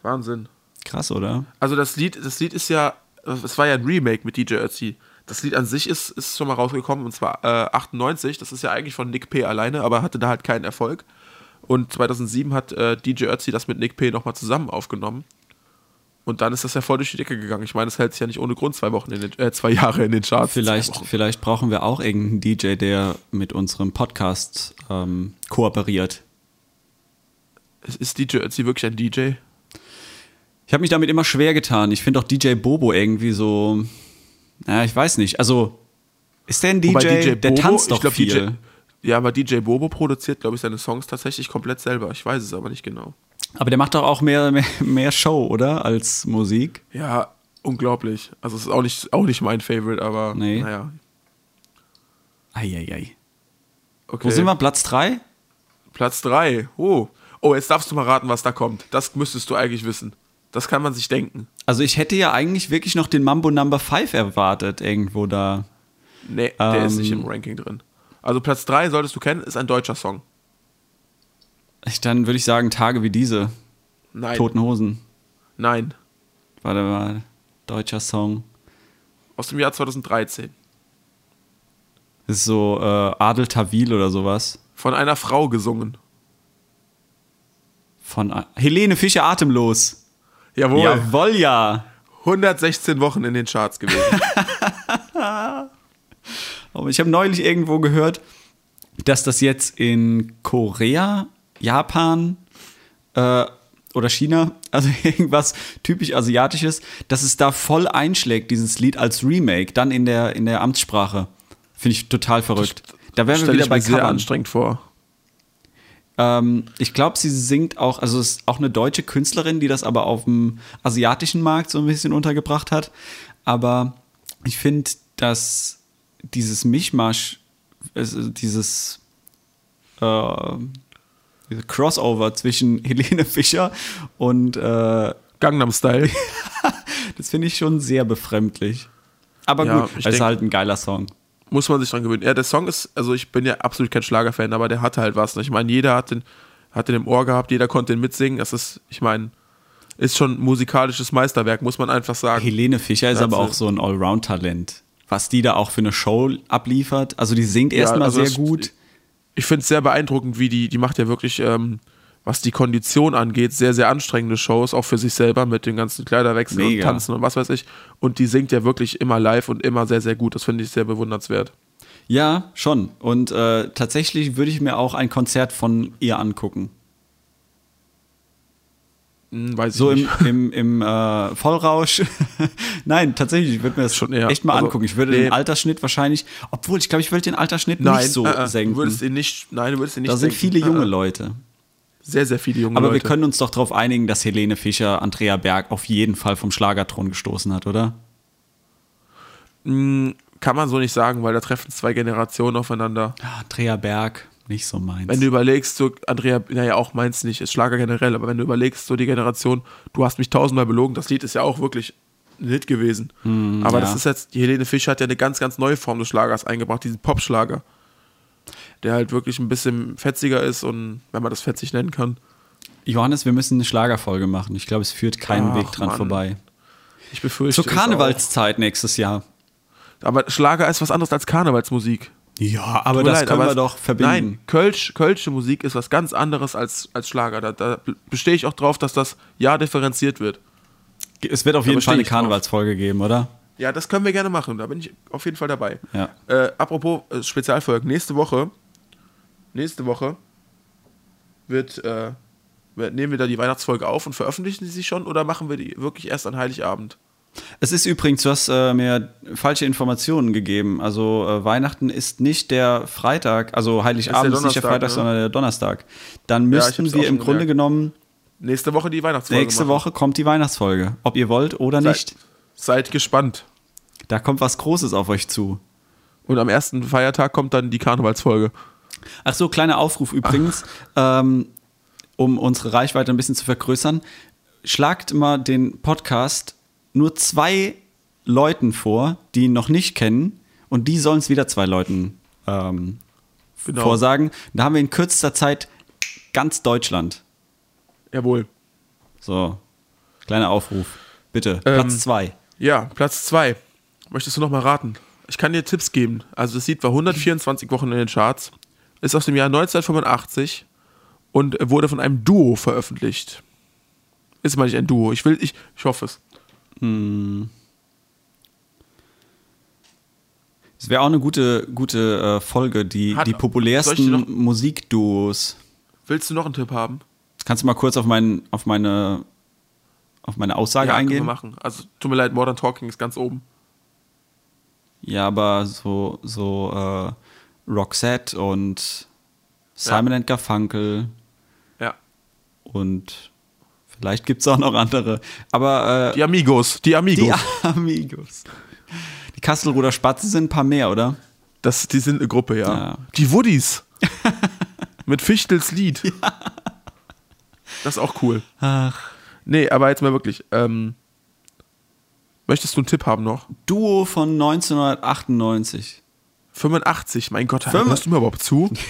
Speaker 2: Wahnsinn.
Speaker 1: Krass, oder?
Speaker 2: Also das Lied, das Lied ist ja, es war ja ein Remake mit DJ Ötzi. Das Lied an sich ist, ist schon mal rausgekommen und zwar äh, 98. Das ist ja eigentlich von Nick P. alleine, aber hatte da halt keinen Erfolg. Und 2007 hat äh, DJ Ötzi das mit Nick P. nochmal zusammen aufgenommen. Und dann ist das ja voll durch die Decke gegangen. Ich meine, das hält sich ja nicht ohne Grund zwei Wochen in den, äh, zwei Jahre in den Charts. Zwei
Speaker 1: Vielleicht,
Speaker 2: Wochen.
Speaker 1: vielleicht brauchen wir auch irgendeinen DJ, der mit unserem Podcast ähm, kooperiert.
Speaker 2: Es Ist DJ Ötzi wirklich ein DJ?
Speaker 1: Ich habe mich damit immer schwer getan. Ich finde auch DJ Bobo irgendwie so. Na, ich weiß nicht. Also, ist der ein DJ,
Speaker 2: Wobei
Speaker 1: der tanzt doch
Speaker 2: ich glaub,
Speaker 1: viel.
Speaker 2: DJ, ja, aber DJ Bobo produziert, glaube ich, seine Songs tatsächlich komplett selber. Ich weiß es aber nicht genau.
Speaker 1: Aber der macht doch auch mehr, mehr, mehr Show, oder? Als Musik.
Speaker 2: Ja, unglaublich. Also es ist auch nicht, auch nicht mein Favorite, aber
Speaker 1: Nee.
Speaker 2: naja.
Speaker 1: Eieiei.
Speaker 2: Okay.
Speaker 1: Wo sind wir? Platz 3?
Speaker 2: Platz 3. Oh. Oh, jetzt darfst du mal raten, was da kommt. Das müsstest du eigentlich wissen. Das kann man sich denken.
Speaker 1: Also, ich hätte ja eigentlich wirklich noch den Mambo Number 5 erwartet, irgendwo da.
Speaker 2: Nee, der ist
Speaker 1: Ähm.
Speaker 2: nicht im Ranking drin. Also Platz 3 solltest du kennen, ist ein deutscher Song.
Speaker 1: Ich, dann würde ich sagen, Tage wie diese.
Speaker 2: Nein.
Speaker 1: Toten Hosen.
Speaker 2: Nein.
Speaker 1: Warte mal. Deutscher Song.
Speaker 2: Aus dem Jahr 2013.
Speaker 1: Das ist so äh, Adel Tawil oder sowas.
Speaker 2: Von einer Frau gesungen.
Speaker 1: Von A Helene Fischer Atemlos.
Speaker 2: Jawohl.
Speaker 1: Jawoll, ja.
Speaker 2: 116 Wochen in den Charts gewesen.
Speaker 1: Aber ich habe neulich irgendwo gehört, dass das jetzt in Korea, Japan äh, oder China, also irgendwas typisch Asiatisches, dass es da voll einschlägt, dieses Lied als Remake, dann in der, in der Amtssprache. Finde ich total verrückt. Da wären wir
Speaker 2: Stell
Speaker 1: wieder
Speaker 2: ich
Speaker 1: bei
Speaker 2: mir sehr
Speaker 1: Covern.
Speaker 2: anstrengend vor.
Speaker 1: Ähm, ich glaube, sie singt auch, also es ist auch eine deutsche Künstlerin, die das aber auf dem asiatischen Markt so ein bisschen untergebracht hat. Aber ich finde, dass dieses Mischmasch, also dieses, äh, diese Crossover zwischen Helene Fischer und äh,
Speaker 2: Gangnam Style.
Speaker 1: das finde ich schon sehr befremdlich. Aber
Speaker 2: Ja,
Speaker 1: gut,
Speaker 2: ich
Speaker 1: es ist
Speaker 2: denk-
Speaker 1: halt ein geiler Song.
Speaker 2: muss man sich dran gewöhnen. Ja, der Song ist, also ich bin ja absolut kein Schlagerfan, aber der hatte halt was. Ne? Ich meine, jeder hat den, hat den im Ohr gehabt, jeder konnte den mitsingen. Das ist, ich meine, ist schon musikalisches Meisterwerk, muss man einfach sagen.
Speaker 1: Helene Fischer ist
Speaker 2: That's
Speaker 1: aber auch
Speaker 2: it.
Speaker 1: so ein Allround-Talent. Was die da auch für eine Show abliefert. Also die singt erstmal
Speaker 2: also
Speaker 1: sehr
Speaker 2: das-
Speaker 1: gut.
Speaker 2: Ich finde es sehr beeindruckend, wie die, die macht ja wirklich, ähm, was die Kondition angeht, sehr, sehr anstrengende Shows, auch für sich selber mit den ganzen Kleiderwechseln und
Speaker 1: Mega.
Speaker 2: Tanzen und was weiß ich. Und die singt ja wirklich immer live und immer sehr, sehr gut. Das finde ich sehr bewundernswert.
Speaker 1: Ja, schon. Und äh, tatsächlich würde ich mir auch ein Konzert von ihr angucken.
Speaker 2: Hm, weiß
Speaker 1: So
Speaker 2: ich
Speaker 1: im,
Speaker 2: nicht.
Speaker 1: im, im äh, Vollrausch. Nein, tatsächlich, ich würde mir das
Speaker 2: Schon
Speaker 1: schon
Speaker 2: eher.
Speaker 1: echt mal
Speaker 2: Also,
Speaker 1: angucken. Ich würde
Speaker 2: nee.
Speaker 1: den Altersschnitt wahrscheinlich, obwohl ich glaube, ich würde den Altersschnitt
Speaker 2: Nein,
Speaker 1: nicht so
Speaker 2: äh, äh,
Speaker 1: senken.
Speaker 2: Du würdest ihn nicht, nein, du würdest ihn nicht
Speaker 1: da sind
Speaker 2: senken.
Speaker 1: viele junge
Speaker 2: Äh, äh,
Speaker 1: Leute.
Speaker 2: Sehr, sehr viele junge
Speaker 1: Aber
Speaker 2: Leute.
Speaker 1: wir können uns doch darauf einigen, dass Helene Fischer Andrea Berg auf jeden Fall vom Schlagerthron gestoßen hat, oder?
Speaker 2: Mm, Kann man so nicht sagen, weil da treffen zwei Generationen aufeinander.
Speaker 1: Ah, Andrea Berg, nicht so meins.
Speaker 2: Wenn du überlegst, so, Andrea, naja, auch meins nicht, ist Schlager generell, aber wenn du überlegst, so die Generation, du hast mich tausendmal belogen, das Lied ist ja auch wirklich ein Hit gewesen. aber das
Speaker 1: Hm, ja.
Speaker 2: ist jetzt, die Helene Fischer hat ja eine ganz, ganz neue Form des Schlagers eingebracht, diesen Popschlager. Der halt wirklich ein bisschen fetziger ist und, wenn man das fetzig nennen kann.
Speaker 1: Johannes, wir müssen eine Schlagerfolge machen. Ich glaube, es führt keinen
Speaker 2: Ach,
Speaker 1: Weg dran
Speaker 2: Mann.
Speaker 1: vorbei.
Speaker 2: Ich befürchte.
Speaker 1: Zur
Speaker 2: es auch.
Speaker 1: Karnevalszeit nächstes Jahr.
Speaker 2: Aber Schlager ist was anderes als Karnevalsmusik.
Speaker 1: Ja, aber
Speaker 2: Tut mir
Speaker 1: das
Speaker 2: leid,
Speaker 1: können
Speaker 2: aber
Speaker 1: wir
Speaker 2: es-
Speaker 1: doch verbinden.
Speaker 2: Nein, Kölsch, Kölsche Musik ist was ganz anderes als, als Schlager. Da, da bestehe ich auch drauf, dass das ja differenziert wird.
Speaker 1: Es wird auf
Speaker 2: Da
Speaker 1: jeden Fall
Speaker 2: bestehe
Speaker 1: eine
Speaker 2: ich drauf.
Speaker 1: Karnevalsfolge geben, oder?
Speaker 2: Ja, das können wir gerne machen. Da bin ich auf jeden Fall dabei.
Speaker 1: Ja.
Speaker 2: Äh, apropos äh, Spezialfolgen. Nächste Woche, nächste Woche wird, äh, wir- nehmen wir da die Weihnachtsfolge auf und veröffentlichen die sie schon oder machen wir die wirklich erst an Heiligabend?
Speaker 1: Es ist übrigens, du hast äh, mir falsche Informationen gegeben. Also äh, Weihnachten ist nicht der Freitag, also Heiligabend
Speaker 2: Ist
Speaker 1: ist,
Speaker 2: der
Speaker 1: nicht der
Speaker 2: Donnerstag,
Speaker 1: Freitag,
Speaker 2: ne?
Speaker 1: sondern der Donnerstag. Dann
Speaker 2: ich
Speaker 1: müssten
Speaker 2: hab's auch
Speaker 1: wir im
Speaker 2: schon
Speaker 1: Grunde
Speaker 2: gemerkt.
Speaker 1: genommen,
Speaker 2: Nächste Woche die Weihnachtsfolge.
Speaker 1: nächste
Speaker 2: machen.
Speaker 1: Woche kommt die Weihnachtsfolge. Ob ihr wollt oder nicht.
Speaker 2: Seid, seid gespannt.
Speaker 1: Da kommt was Großes auf euch zu.
Speaker 2: Und am ersten Feiertag kommt dann die Karnevalsfolge.
Speaker 1: Ach so, kleiner Aufruf übrigens, ähm, um unsere Reichweite ein bisschen zu vergrößern. Schlagt mal den Podcast nur zwei Leuten vor, die ihn noch nicht kennen, und die sollen es wieder zwei Leuten ähm,
Speaker 2: Genau.
Speaker 1: vorsagen. Da haben wir in kürzester Zeit ganz Deutschland.
Speaker 2: Jawohl.
Speaker 1: So, kleiner Aufruf. Bitte,
Speaker 2: Ähm,
Speaker 1: Platz zwei.
Speaker 2: Ja, Platz 2. Möchtest du nochmal raten? Ich kann dir Tipps geben. Also das Lied war 124 Wochen in den Charts, ist aus dem Jahr 1985 und wurde von einem Duo veröffentlicht. Ist mal nicht ein Duo. Ich will, ich, ich hoffe es.
Speaker 1: Es wäre auch eine gute, gute äh, Folge, die,
Speaker 2: Hat-
Speaker 1: die
Speaker 2: soll ich dir noch-
Speaker 1: populärsten Musikduos.
Speaker 2: Willst du noch einen Tipp haben?
Speaker 1: Kannst du mal kurz auf, mein, auf, meine, auf meine Aussage
Speaker 2: können wir
Speaker 1: eingehen?
Speaker 2: machen. Also tut mir leid, Modern Talking ist ganz oben.
Speaker 1: Ja, aber so, so äh, Roxette und Simon and Garfunkel
Speaker 2: Ja.
Speaker 1: und vielleicht gibt es auch noch andere. Aber äh,
Speaker 2: Die Amigos, die Amigos.
Speaker 1: die Amigos. Die Kastelruder Spatzen sind ein paar mehr, oder?
Speaker 2: Das, die sind eine Gruppe, ja.
Speaker 1: Ja.
Speaker 2: Die Woodies. Mit Fichtels Lied. Das ist auch cool.
Speaker 1: Ach.
Speaker 2: Nee, aber jetzt mal wirklich. Ähm, möchtest du einen Tipp haben noch?
Speaker 1: Duo von 1998. 85,
Speaker 2: 85, mein Gott,
Speaker 1: Fünf-
Speaker 2: hörst du mir überhaupt zu?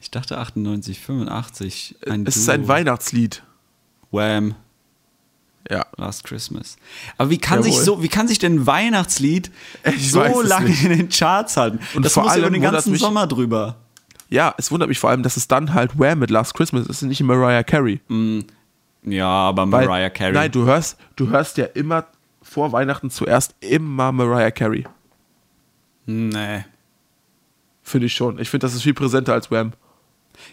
Speaker 1: Ich dachte 98, 85. Ein
Speaker 2: es ist ein Weihnachtslied.
Speaker 1: Wham.
Speaker 2: Ja.
Speaker 1: Last Christmas. Aber wie kann, sich,
Speaker 2: Jawohl.
Speaker 1: so, wie kann sich denn ein Weihnachtslied
Speaker 2: Ich
Speaker 1: so
Speaker 2: weiß es
Speaker 1: lange
Speaker 2: nicht.
Speaker 1: in den Charts halten?
Speaker 2: Und
Speaker 1: das
Speaker 2: vor
Speaker 1: muss ja über
Speaker 2: allem
Speaker 1: den
Speaker 2: wundert's
Speaker 1: ganzen
Speaker 2: mich-
Speaker 1: Sommer drüber.
Speaker 2: Ja, es wundert mich vor allem, dass es dann halt Wham mit Last Christmas ist und nicht Mariah Carey.
Speaker 1: Ja, aber
Speaker 2: Weil-
Speaker 1: Mariah Carey.
Speaker 2: Nein, du hörst, du hörst ja immer vor Weihnachten zuerst immer Mariah Carey.
Speaker 1: nee.
Speaker 2: Finde ich schon. Ich finde, das ist viel präsenter als Wham.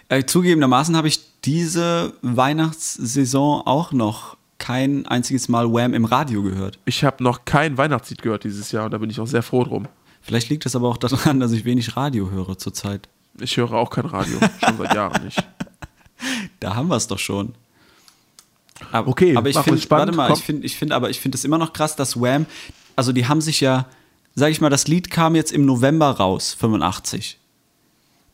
Speaker 1: Äh, zugegebenermaßen habe ich diese Weihnachtssaison auch noch kein einziges Mal Wham im Radio gehört.
Speaker 2: Ich habe noch kein Weihnachtslied gehört dieses Jahr und da bin ich auch sehr froh drum.
Speaker 1: Vielleicht liegt das aber auch daran, dass ich wenig Radio höre zurzeit.
Speaker 2: Ich höre auch kein Radio, schon seit Jahren nicht.
Speaker 1: Da haben wir es doch schon. Aber,
Speaker 2: Okay,
Speaker 1: aber ich
Speaker 2: machen wir
Speaker 1: finde, warte
Speaker 2: spannend,
Speaker 1: mal,
Speaker 2: komm.
Speaker 1: ich finde, ich finde, aber ich finde es immer noch krass, dass Wham, also die haben sich ja, sag ich mal, das Lied kam jetzt im November raus, 85.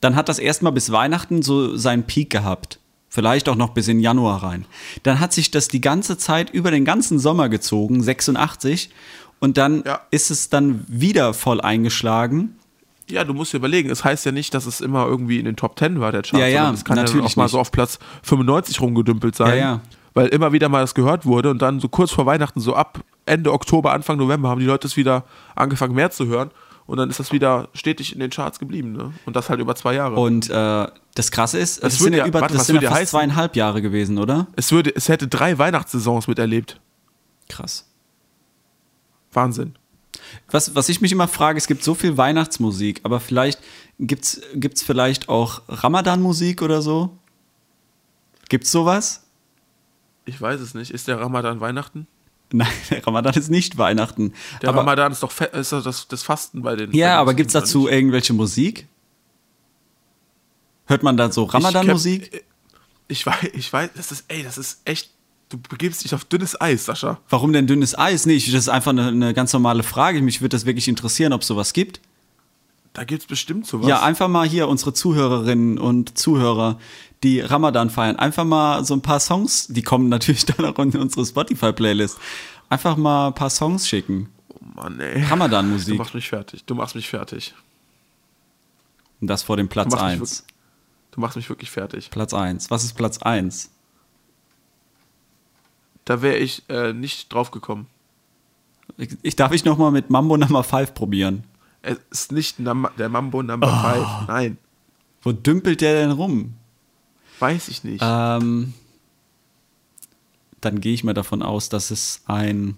Speaker 1: Dann hat das erstmal bis Weihnachten so seinen Peak gehabt. Vielleicht auch noch bis in Januar rein. Dann hat sich das die ganze Zeit über den ganzen Sommer gezogen, 86. Und dann
Speaker 2: Ja.
Speaker 1: ist es dann wieder voll eingeschlagen.
Speaker 2: Ja, du musst dir überlegen, es heißt ja nicht, dass es immer irgendwie in den Top 10 war, der Chart.
Speaker 1: Ja, ja,
Speaker 2: sondern es kann ja dann
Speaker 1: natürlich
Speaker 2: auch mal
Speaker 1: nicht.
Speaker 2: so auf Platz 95 rumgedümpelt sein.
Speaker 1: Ja, ja.
Speaker 2: Weil immer wieder mal das gehört wurde und dann so kurz vor Weihnachten, so ab Ende Oktober, Anfang November, haben die Leute es wieder angefangen mehr zu hören. Und dann ist das wieder stetig in den Charts geblieben. Ne? Und das halt über zwei Jahre.
Speaker 1: Und äh, das Krasse ist, das,
Speaker 2: wird
Speaker 1: sind ja,
Speaker 2: ja-
Speaker 1: über
Speaker 2: warte,
Speaker 1: das
Speaker 2: was
Speaker 1: sind
Speaker 2: wird
Speaker 1: ja
Speaker 2: ja
Speaker 1: fast
Speaker 2: heißen?
Speaker 1: zweieinhalb Jahre gewesen, oder?
Speaker 2: Es, würde, es hätte drei Weihnachtssaisons miterlebt.
Speaker 1: Krass.
Speaker 2: Wahnsinn.
Speaker 1: Was, was ich mich immer frage, es gibt so viel Weihnachtsmusik, aber vielleicht gibt's gibt's vielleicht auch Ramadan-Musik oder so? Gibt's sowas?
Speaker 2: Ich weiß es nicht. Ist der Ramadan Weihnachten?
Speaker 1: Nein, der Ramadan ist nicht Weihnachten.
Speaker 2: Der
Speaker 1: aber,
Speaker 2: Ramadan ist doch fe- ist doch das, das Fasten bei den. bei
Speaker 1: ja,
Speaker 2: den
Speaker 1: aber gibt's
Speaker 2: Muslimen,
Speaker 1: dazu
Speaker 2: oder nicht?
Speaker 1: irgendwelche Musik? Hört man da so Ramadan-Musik?
Speaker 2: Ich, äh, ich weiß, ich weiß, das ist, ey, das ist echt. Du begibst dich auf dünnes Eis, Sascha.
Speaker 1: Warum denn dünnes Eis? Nee, ich, das ist einfach eine, eine ganz normale Frage. Mich würde das wirklich interessieren, ob sowas gibt.
Speaker 2: Da gibt's bestimmt sowas.
Speaker 1: Ja, einfach mal hier unsere Zuhörerinnen und Zuhörer, die Ramadan feiern, einfach mal so ein paar Songs, die kommen natürlich dann auch in unsere Spotify-Playlist, einfach mal ein paar Songs schicken.
Speaker 2: oh Mann, ey. Du
Speaker 1: Ramadan-Musik.
Speaker 2: machst mich fertig. Du machst mich fertig.
Speaker 1: Und das vor dem Platz
Speaker 2: machst mich
Speaker 1: 1.
Speaker 2: Du machst mich wirklich fertig.
Speaker 1: Platz 1. Was ist Platz 1?
Speaker 2: Da wäre ich äh, nicht drauf gekommen.
Speaker 1: Ich, ich darf ich nochmal mit Mambo Number 5 probieren.
Speaker 2: Es ist nicht Nam der Mambo Number 5. Nein.
Speaker 1: Wo dümpelt der denn rum?
Speaker 2: Weiß ich nicht.
Speaker 1: Ähm, dann gehe ich mal davon aus, dass es ein.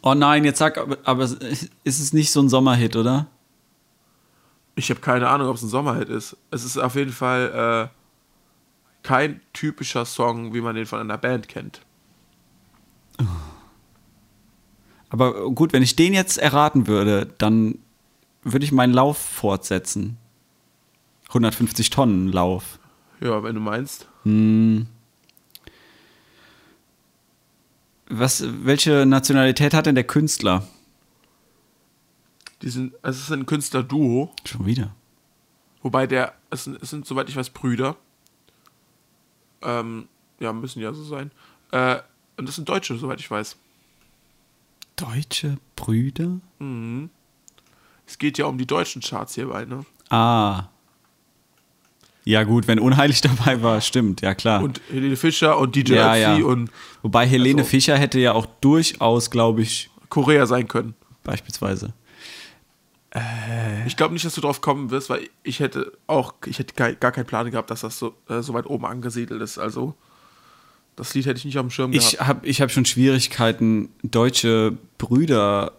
Speaker 1: Oh nein, jetzt sag, aber, aber es ist es nicht so ein Sommerhit, oder?
Speaker 2: Ich habe keine Ahnung, ob es ein Sommerhit ist. Es ist auf jeden Fall äh, kein typischer Song, wie man den von einer Band kennt.
Speaker 1: Aber gut, wenn ich den jetzt erraten würde, dann würde ich meinen Lauf fortsetzen. 150 Tonnen Lauf.
Speaker 2: Ja, wenn du meinst.
Speaker 1: Hm. Was, welche Nationalität hat denn der Künstler?
Speaker 2: Die sind, also es ist ein Künstlerduo,
Speaker 1: Schon wieder.
Speaker 2: wobei der, es sind, es sind soweit ich weiß, Brüder. Ähm, ja, müssen ja so sein. Äh, und das sind Deutsche, soweit ich weiß.
Speaker 1: Deutsche Brüder?
Speaker 2: Es geht ja um die deutschen Charts hierbei, ne?
Speaker 1: Ah. Ja, gut, wenn unheilig dabei war, stimmt, ja klar.
Speaker 2: Und Helene Fischer und DJ
Speaker 1: Ja,
Speaker 2: Ötzi
Speaker 1: ja.
Speaker 2: und
Speaker 1: Wobei Helene
Speaker 2: Also-
Speaker 1: Fischer hätte ja auch durchaus, glaube ich,
Speaker 2: Korea sein können.
Speaker 1: beispielsweise. Äh.
Speaker 2: Ich glaube nicht, dass du drauf kommen wirst, weil ich hätte auch, ich hätte gar, gar keinen Plan gehabt, dass das so, äh, so weit oben angesiedelt ist. Also, das Lied hätte ich nicht auf dem Schirm
Speaker 1: Ich
Speaker 2: gehabt.
Speaker 1: habe ich hab schon Schwierigkeiten, deutsche Brüder.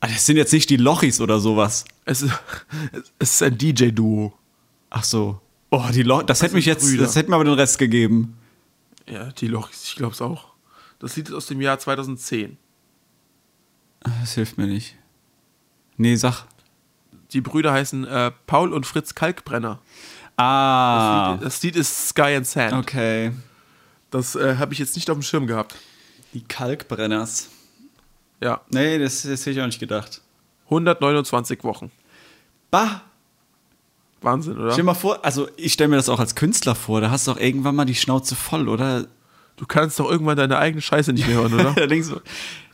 Speaker 1: Ah, das sind jetzt nicht die Lochis oder sowas.
Speaker 2: Es ist, es ist ein DJ-Duo.
Speaker 1: Ach so. Oh, die Lo das hätte mich
Speaker 2: sind
Speaker 1: jetzt,
Speaker 2: Brüder.
Speaker 1: das hätte mir aber den Rest gegeben.
Speaker 2: Ja, die Lochis, ich glaube es auch. Das Lied ist aus dem Jahr 2010.
Speaker 1: Ah, Das hilft mir nicht. Nee, sag.
Speaker 2: Die Brüder heißen äh, Paul und Fritz Kalkbrenner. Das,
Speaker 1: Ah,
Speaker 2: Lied, das Lied ist Sky and Sand.
Speaker 1: okay.
Speaker 2: Das äh, habe ich jetzt nicht auf dem Schirm gehabt.
Speaker 1: Die Kalkbrenners.
Speaker 2: Ja,
Speaker 1: Nee, das, das hätte ich auch nicht gedacht.
Speaker 2: 129 Wochen.
Speaker 1: Bah,
Speaker 2: Wahnsinn, oder?
Speaker 1: stell mal vor, also ich stelle mir das auch als Künstler vor, da hast du doch irgendwann mal die Schnauze voll, oder?
Speaker 2: Du kannst doch irgendwann deine eigene Scheiße nicht mehr hören, oder?
Speaker 1: da denkst du,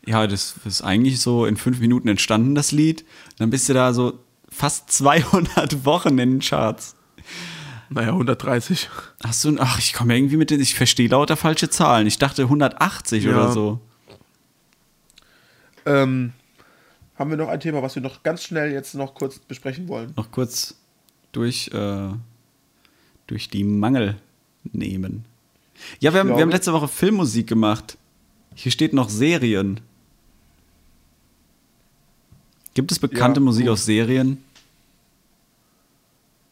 Speaker 1: ja, das ist eigentlich so in fünf Minuten entstanden, das Lied. Und dann bist du da so fast 200 Wochen in den Charts.
Speaker 2: naja, 130.
Speaker 1: Hast du, ach, ich komme irgendwie mit den, ich verstehe lauter falsche Zahlen. Ich dachte 180
Speaker 2: Ja.
Speaker 1: oder so.
Speaker 2: Ähm, haben wir noch ein Thema, was wir noch ganz schnell jetzt noch kurz besprechen wollen?
Speaker 1: Noch kurz durch, äh, durch die Mangel nehmen. Ja, wir haben, wir
Speaker 2: glaube-
Speaker 1: haben letzte Woche Filmmusik gemacht. Hier steht noch Serien. Gibt es bekannte
Speaker 2: Ja,
Speaker 1: Musik
Speaker 2: gut.
Speaker 1: aus Serien?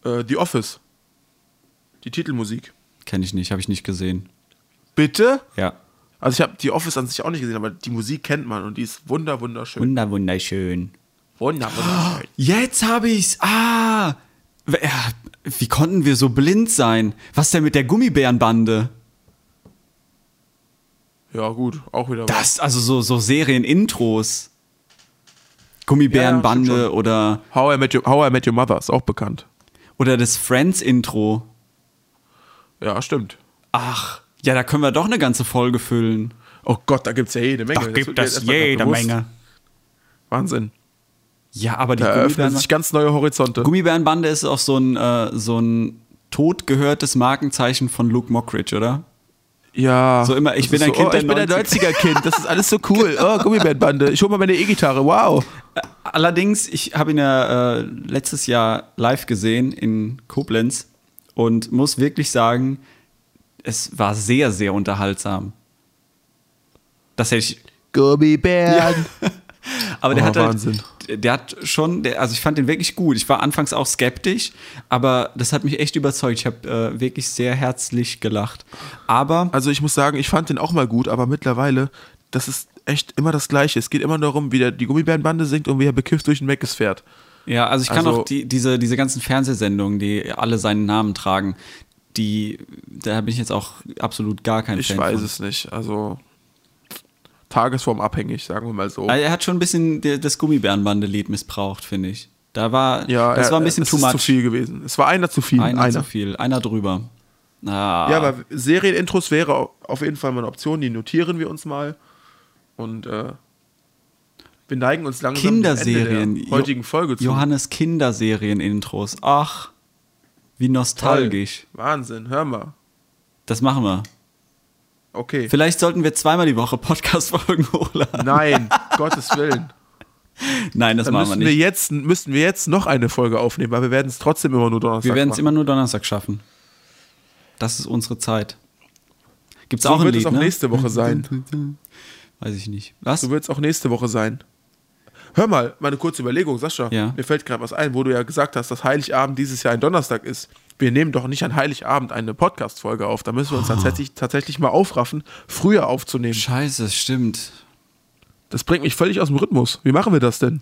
Speaker 2: Äh, The Office. Die Titelmusik.
Speaker 1: Kenne ich nicht, habe ich nicht gesehen.
Speaker 2: Bitte?
Speaker 1: Ja.
Speaker 2: Also ich habe The Office an sich auch nicht gesehen, aber die Musik kennt man und die ist wunder wunderschön.
Speaker 1: Wunder, wunderschön.
Speaker 2: Wunder wunderschön.
Speaker 1: Jetzt habe ich's. Ah! W- ja, Wie konnten wir so blind sein? Was denn mit der Gummibärenbande?
Speaker 2: Ja gut, auch wieder. was.
Speaker 1: Das, also so, so Serienintros. Gummibärenbande
Speaker 2: Ja, stimmt
Speaker 1: oder,
Speaker 2: How I, Met Your, How I Met Your Mother ist auch bekannt.
Speaker 1: oder das Friends-Intro.
Speaker 2: Ja, stimmt.
Speaker 1: Ach, ja, da können wir doch eine ganze Folge füllen.
Speaker 2: Oh Gott, da gibt es ja jede Menge. wird mir jetzt erstmal grad bewusst. Wahnsinn.
Speaker 1: Ja, aber die
Speaker 2: Da eröffnen
Speaker 1: Gummibären
Speaker 2: sich ganz neue Horizonte.
Speaker 1: Gummibärenbande ist auch so ein, äh, so ein totgehörtes Markenzeichen von Luke Mockridge, oder?
Speaker 2: Ja.
Speaker 1: So immer, ich
Speaker 2: Das
Speaker 1: bin
Speaker 2: ist
Speaker 1: ein Kind
Speaker 2: oh,
Speaker 1: der
Speaker 2: ich bin ein
Speaker 1: 90er.
Speaker 2: 90er-Kind. Das ist alles so cool. Oh, Gummibandbande. Ich hole mal meine E-Gitarre. Wow.
Speaker 1: Allerdings, ich habe ihn ja äh, letztes Jahr live gesehen in Koblenz und muss wirklich sagen, es war sehr, sehr unterhaltsam. Das hätte ich.
Speaker 2: Gummibären.
Speaker 1: Aber der
Speaker 2: Oh,
Speaker 1: hat halt,
Speaker 2: Wahnsinn.
Speaker 1: der hat schon, der, also ich fand den wirklich gut. Ich war anfangs auch skeptisch, aber das hat mich echt überzeugt. Ich habe äh, wirklich sehr herzlich gelacht. Aber
Speaker 2: Also ich muss sagen, ich fand den auch mal gut, aber mittlerweile, das ist echt immer das Gleiche. Es geht immer darum, wie der, die Gummibärenbande singt und wie er bekifft durch den Meckes fährt.
Speaker 1: Ja, also ich kann
Speaker 2: Also-
Speaker 1: auch die, diese, diese ganzen Fernsehsendungen, die alle seinen Namen tragen, die, da bin ich jetzt auch absolut gar kein
Speaker 2: Ich
Speaker 1: Fan.
Speaker 2: weiß
Speaker 1: von.
Speaker 2: es nicht. Also tagesformabhängig, sagen wir mal so.
Speaker 1: Also er hat schon ein bisschen de- das Gummibärenbande-Lied missbraucht, finde ich. Da war,
Speaker 2: Ja,
Speaker 1: das
Speaker 2: er-
Speaker 1: war ein bisschen
Speaker 2: es
Speaker 1: too
Speaker 2: ist
Speaker 1: much.
Speaker 2: zu viel gewesen. Es war einer zu viel.
Speaker 1: Einer,
Speaker 2: einer.
Speaker 1: zu viel, einer drüber. Ah,
Speaker 2: Ja, aber Serienintros wäre au- auf jeden Fall mal eine Option, die notieren wir uns mal. Und äh, wir neigen uns langsam dem Ende
Speaker 1: Kinderserien.
Speaker 2: der heutigen
Speaker 1: Jo-
Speaker 2: Folge zu.
Speaker 1: Johannes Kinderserien-Intros. Ach, wie nostalgisch.
Speaker 2: Toll. Wahnsinn, hör mal.
Speaker 1: Das machen wir.
Speaker 2: Okay.
Speaker 1: Vielleicht sollten wir zweimal die Woche Podcast-Folgen hochladen.
Speaker 2: Nein, Gottes Willen.
Speaker 1: Nein, das
Speaker 2: Dann
Speaker 1: machen wir
Speaker 2: müssen wir,
Speaker 1: nicht.
Speaker 2: jetzt, müssen wir jetzt noch eine Folge aufnehmen, weil wir werden es trotzdem immer nur Donnerstag
Speaker 1: Wir werden es
Speaker 2: machen.
Speaker 1: immer nur Donnerstag schaffen. Das ist unsere Zeit. Gibt's
Speaker 2: So
Speaker 1: auch ein
Speaker 2: wird
Speaker 1: Lied,
Speaker 2: es auch
Speaker 1: ne?
Speaker 2: nächste Woche sein.
Speaker 1: Weiß ich nicht. Was?
Speaker 2: So wird es auch nächste Woche sein. Hör mal, meine kurze Überlegung, Sascha.
Speaker 1: Ja.
Speaker 2: Mir fällt gerade was ein, wo du ja gesagt hast, dass Heiligabend dieses Jahr ein Donnerstag ist. Wir nehmen doch nicht an Heiligabend eine Podcast-Folge auf. Da müssen wir
Speaker 1: Oh.
Speaker 2: uns tatsächlich, tatsächlich mal aufraffen, früher aufzunehmen.
Speaker 1: Scheiße, stimmt.
Speaker 2: Das bringt mich völlig aus dem Rhythmus. Wie machen wir das denn?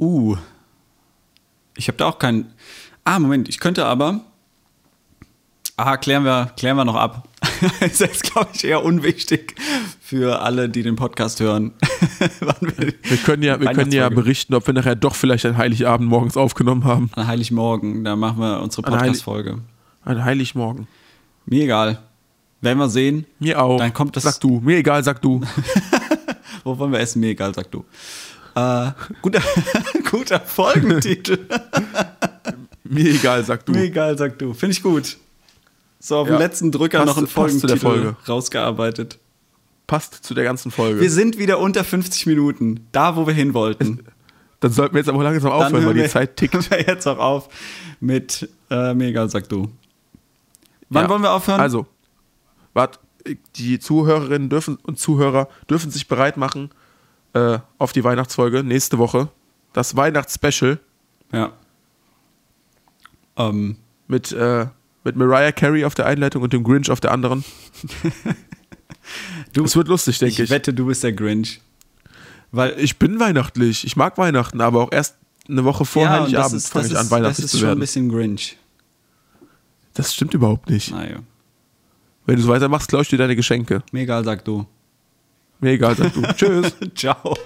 Speaker 1: Uh. Ich habe da auch keinen. Ah, Moment, ich könnte aber. Ah, klären wir, klären wir noch ab. Das ist, glaube ich, eher unwichtig für alle, die den Podcast hören. Wann wir,
Speaker 2: Wir können ja, wir können ja
Speaker 1: Weihnachtsfolge.
Speaker 2: berichten, ob wir nachher doch vielleicht an Heiligabend morgens aufgenommen haben.
Speaker 1: An Heiligmorgen, da machen wir unsere
Speaker 2: An Heilig-
Speaker 1: Podcast-Folge.
Speaker 2: An Heiligmorgen.
Speaker 1: Mir egal. Werden wir sehen.
Speaker 2: Mir auch.
Speaker 1: Dann kommt das-
Speaker 2: Sag du. Mir egal, sag du.
Speaker 1: Wo wollen wir essen? Mir egal, sag du. Äh, guter, guter Folgentitel.
Speaker 2: Mir egal, sag du.
Speaker 1: Mir egal, sag du. Finde ich gut. So, auf
Speaker 2: Ja.
Speaker 1: dem letzten Drücker
Speaker 2: Passt-
Speaker 1: noch einen
Speaker 2: passt zu der
Speaker 1: Folgentitel
Speaker 2: Folge.
Speaker 1: rausgearbeitet.
Speaker 2: Passt zu der ganzen Folge.
Speaker 1: Wir sind wieder unter 50 Minuten. Da, wo wir hin wollten.
Speaker 2: Dann sollten wir jetzt aber langsam
Speaker 1: Dann
Speaker 2: aufhören, weil
Speaker 1: hören
Speaker 2: die
Speaker 1: wir-
Speaker 2: Zeit tickt.
Speaker 1: hören wir jetzt auch auf mit äh, mir egal, sag du. Wann
Speaker 2: Ja.
Speaker 1: wollen wir aufhören?
Speaker 2: Also, wart, die Zuhörerinnen dürfen und Zuhörer dürfen sich bereit machen äh, auf die Weihnachtsfolge nächste Woche. Das Weihnachtsspecial
Speaker 1: Ja. Ähm,
Speaker 2: mit, äh, mit Mariah Carey auf der Einleitung und dem Grinch auf der anderen.
Speaker 1: Du-
Speaker 2: es wird lustig, denke
Speaker 1: ich,
Speaker 2: ich.
Speaker 1: wette, du bist der Grinch. Weil
Speaker 2: Ich bin weihnachtlich. Ich mag Weihnachten, aber auch erst eine Woche vor
Speaker 1: und
Speaker 2: Oh, Heiligabend fange ich an,
Speaker 1: das
Speaker 2: weihnachtlich
Speaker 1: ist
Speaker 2: zu
Speaker 1: schon ein
Speaker 2: werden.
Speaker 1: bisschen Grinch.
Speaker 2: Das stimmt überhaupt nicht.
Speaker 1: Naja.
Speaker 2: Wenn du so weitermachst, klaue ich dir deine Geschenke.
Speaker 1: Mir egal, sag du.
Speaker 2: Mir egal, sag du. Tschüss.
Speaker 1: Ciao.